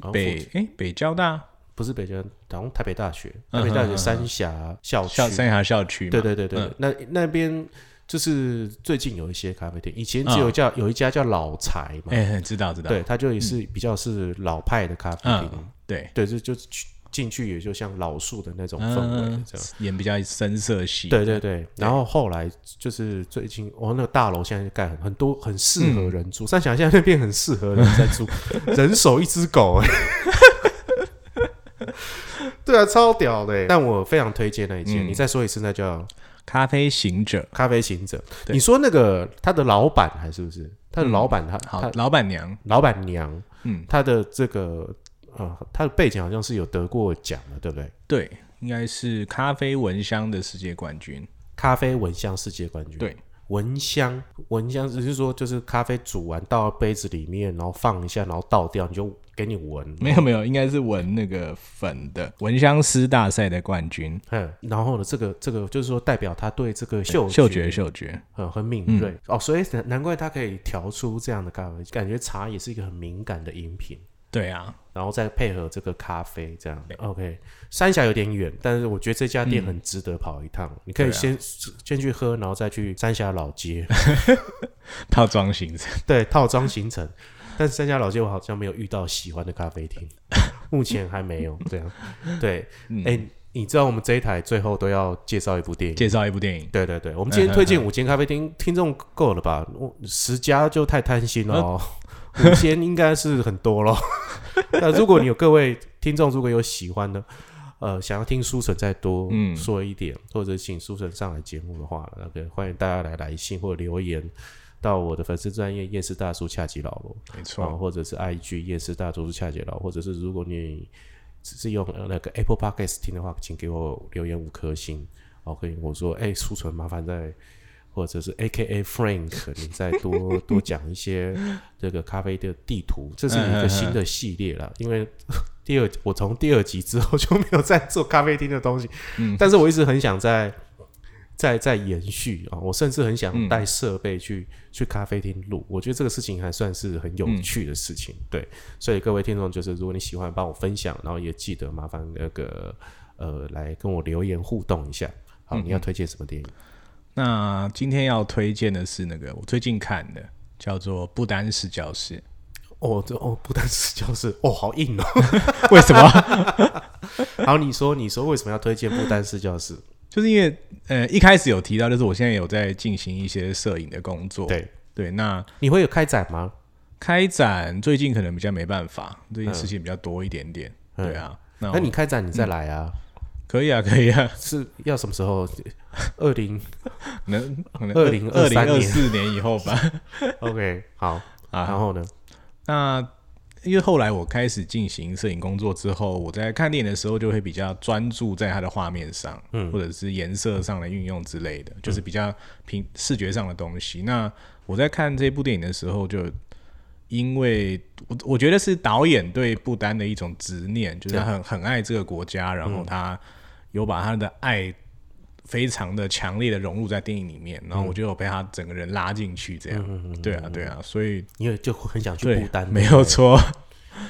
Speaker 1: 好像
Speaker 2: 北哎北交大
Speaker 1: 不是北京，好像台北大学，
Speaker 2: 嗯
Speaker 1: 台北大学
Speaker 2: 嗯
Speaker 1: 三峡校区，
Speaker 2: 校三峡校区嘛，嗯
Speaker 1: 对对对对，对那那边就是最近有一些咖啡店，以前只有叫有一家叫老柴嘛，
Speaker 2: 嗯哎知道知道，
Speaker 1: 对，它就也是比较是老派的咖啡厅
Speaker 2: 嗯，对，
Speaker 1: 对，就就去进去也就像老树的那种氛围
Speaker 2: 嗯
Speaker 1: 这样。
Speaker 2: 演比较深色系，
Speaker 1: 对对对，然后后来就是最近，哦，那个大楼现在盖很很多，很适合人
Speaker 2: 嗯
Speaker 1: 住。三峡现在那边很适合人在
Speaker 2: *laughs*
Speaker 1: 住，人手一只狗、 *laughs* 哎，对啊，超屌的、哎但我非常推荐那一
Speaker 2: 嗯
Speaker 1: 间，你再说一次，那叫
Speaker 2: 咖啡行者，
Speaker 1: 咖啡行者。
Speaker 2: 对
Speaker 1: 你说那个他的老板还是不是？他的老板他、
Speaker 2: 嗯好
Speaker 1: 他
Speaker 2: 老板娘，
Speaker 1: 老板娘，
Speaker 2: 嗯，
Speaker 1: 他的这个呃，他的背景好像是有得过奖的，对不对？
Speaker 2: 对，应该是咖啡蚊香的世界冠军，
Speaker 1: 咖啡蚊香世界冠军。
Speaker 2: 对，
Speaker 1: 蚊香，蚊香只是说就是咖啡煮完倒到杯子里面，然后放一下，然后倒掉，你就给你闻。
Speaker 2: 没有没有，应该是闻那个粉的蚊香师大赛的冠军，
Speaker 1: 嗯，然后呢，这个这个就是说代表他对这个嗅
Speaker 2: 嗅觉嗅觉，
Speaker 1: 很很敏
Speaker 2: 嗯
Speaker 1: 锐、哦，所以难难怪他可以调出这样的咖啡，感觉茶也是一个很敏感的饮品，
Speaker 2: 对啊，
Speaker 1: 然后再配合这个咖啡这样。OK，三峡有点远，但是我觉得这家店很值得跑一趟，你可以
Speaker 2: 嗯对啊
Speaker 1: 先、先去喝，然后再去三峡老街。 *laughs*
Speaker 2: 套装行程。
Speaker 1: 对，套装行程。但是三家老街我好像没有遇到喜欢的咖啡
Speaker 2: *laughs*
Speaker 1: 厅，目前还没有这样。对，
Speaker 2: 嗯
Speaker 1: 哎、你知道我们这一台最后都要介绍一部电影。
Speaker 2: 介绍一部电影。
Speaker 1: 对对对，我们今天推荐五间咖啡厅，听众够了吧？我十家就太贪心了、哦，五间应该是很多咯。 *laughs* 那如果你有各位听众，如果有喜欢的，呃，想要听书城再多
Speaker 2: 嗯
Speaker 1: 说一点，或者请书城上来节目的话，那个欢迎大家来来信或留言到我的粉丝专业夜市大叔恰吉老罗。
Speaker 2: 没
Speaker 1: 啊，，或者是 IG 夜市大多数恰姐佬，或者是如果你只是用呃那个 Apple Podcast 听的话，请给我留言五颗星。哦，可以跟我说，哎、苏纯，麻烦再或者是 AKA Frank，你再多多讲一些这个咖啡的地图，这是一个新的系列啦。因为第二，我从第二集之后就没有再做咖啡厅的东西，但是我一直很想在。再再延续啊、我甚至很想带设备去、去咖啡厅录，我觉得这个事情还算是很有趣的事情。对，所以各位听众，就是如果你喜欢，帮我分享，然后也记得麻烦那个呃来跟我留言互动一下。好，你要推荐什么电影？
Speaker 2: 那今天要推荐的是那个我最近看的，叫做《不丹式教室
Speaker 1: 哦，这哦不但是教室，哦好硬哦。》。 *laughs*
Speaker 2: 为什么？ *laughs*
Speaker 1: 好，你说你说为什么要推荐不丹式教室？
Speaker 2: 就是因为呃一开始有提到，就是我现在有在进行一些摄影的工作，
Speaker 1: 对
Speaker 2: 对，那
Speaker 1: 你会有开展吗？
Speaker 2: 开展最近可能比较没办法，最近事情比较多一点点，
Speaker 1: 嗯
Speaker 2: 对啊，那
Speaker 1: 那
Speaker 2: 我
Speaker 1: 你开展你
Speaker 2: 嗯
Speaker 1: 再来啊，
Speaker 2: 可以啊，可以啊，
Speaker 1: 是要什么时候？二零
Speaker 2: 能可能
Speaker 1: 2023
Speaker 2: 二零二
Speaker 1: 年
Speaker 2: 四年以后吧，
Speaker 1: OK 好，
Speaker 2: 啊，
Speaker 1: 然后呢？
Speaker 2: 那因为后来我开始进行摄影工作之后，我在看电影的时候就会比较专注在它的画面上，
Speaker 1: 嗯
Speaker 2: 或者是颜色上的运用之类的，就是比较平视觉上的东西。那我在看这部电影的时候就。因为我我觉得是导演对不丹的一种执念，就是他很很爱这个国家，然后他有把他的爱非常的强烈的融入在电影里面，然后我就有被他整个人拉进去，这样，对啊，对啊，所以
Speaker 1: 因为就会很想去
Speaker 2: 对
Speaker 1: 孤单，
Speaker 2: 没有错，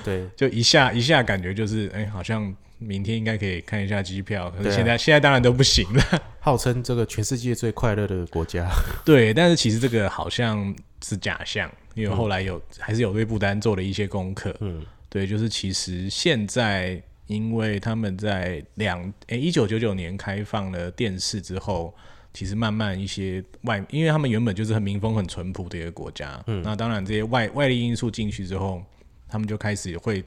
Speaker 1: 对，
Speaker 2: *laughs* 就一下一下感觉就是，哎、好像明天应该可以看一下机票，
Speaker 1: 对
Speaker 2: 可是
Speaker 1: 啊
Speaker 2: 现在、现在当然都不行了。
Speaker 1: 号称这个全世界最快乐的国家，
Speaker 2: 对，但是其实这个好像是假象，因为后来有、还是有对不丹做了一些功课。
Speaker 1: 嗯，
Speaker 2: 对，就是其实现在因为他们在两诶一九九九年开放了电视之后。其实慢慢一些外，因为他们原本就是很民风很淳朴的一个国家，嗯，那当然这些外外力因素进去之后，他们就开始会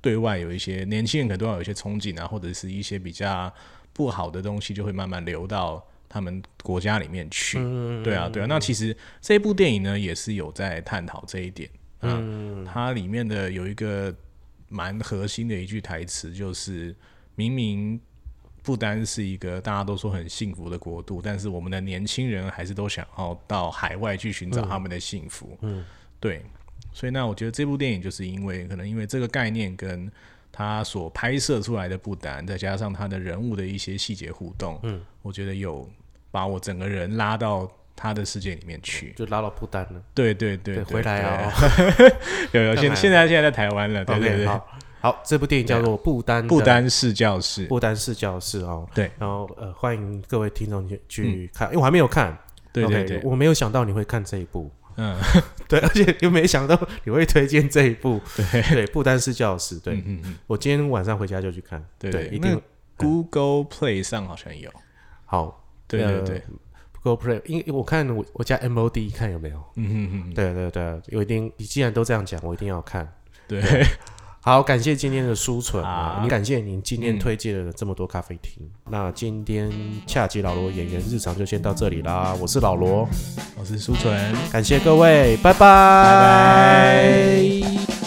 Speaker 2: 对外有一些年轻人可能都要有一些憧憬啊，或者是一些比较不好的东西就会慢慢流到他们国家里面去。对啊，对啊。那其实这部电影呢，也是有在探讨这一点。嗯，它里面的有一个蛮核心的一句台词，就是明明。不单是一个大家都说很幸福的国度，但是我们的年轻人还是都想要到海外去寻找他们的幸福。嗯对。所以那我觉得这部电影就是因为可能因为这个概念跟它所拍摄出来的不丹，再加上它的人物的一些细节互动，嗯，我觉得有把我整个人拉到他的世界里面去。
Speaker 1: 就拉到不丹了。
Speaker 2: 对对对
Speaker 1: 对回来啊，
Speaker 2: 对有有
Speaker 1: 干嘛
Speaker 2: 现现在现在在台湾了，对对
Speaker 1: OK，
Speaker 2: 对，
Speaker 1: 好，好，这部电影叫做《不丹的
Speaker 2: 不丹式教室，
Speaker 1: 不丹式教室》哦。
Speaker 2: 对，嗯
Speaker 1: 然后呃，欢迎各位听众去去看，因为我还没有看。
Speaker 2: 对对
Speaker 1: OK，
Speaker 2: 对，
Speaker 1: 我没有想到你会看这一部，
Speaker 2: 嗯，
Speaker 1: *laughs* 对，而且又没想到你会推荐这一部，对，不单是教室，对、
Speaker 2: 嗯嗯，
Speaker 1: 我今天晚上回家就去看，
Speaker 2: 对
Speaker 1: 对，
Speaker 2: 对
Speaker 1: 一
Speaker 2: 那
Speaker 1: 定嗯
Speaker 2: Google Play 上好像有，
Speaker 1: 好。
Speaker 2: 对对对，
Speaker 1: 呃 Go Play，因为我看我我家 MOD 看有没有，
Speaker 2: 嗯嗯嗯，
Speaker 1: 对对对，我一定，你既然都这样讲，我一定要看。
Speaker 2: 对，
Speaker 1: 好，感谢今天的舒纯啊，
Speaker 2: 好
Speaker 1: 也感谢您今天
Speaker 2: 嗯
Speaker 1: 推荐了这么多咖啡厅。那今天恰吉老罗演员日常就先到这里啦，我是老罗，
Speaker 2: 我是苏纯。
Speaker 1: 感谢各位，拜拜
Speaker 2: 拜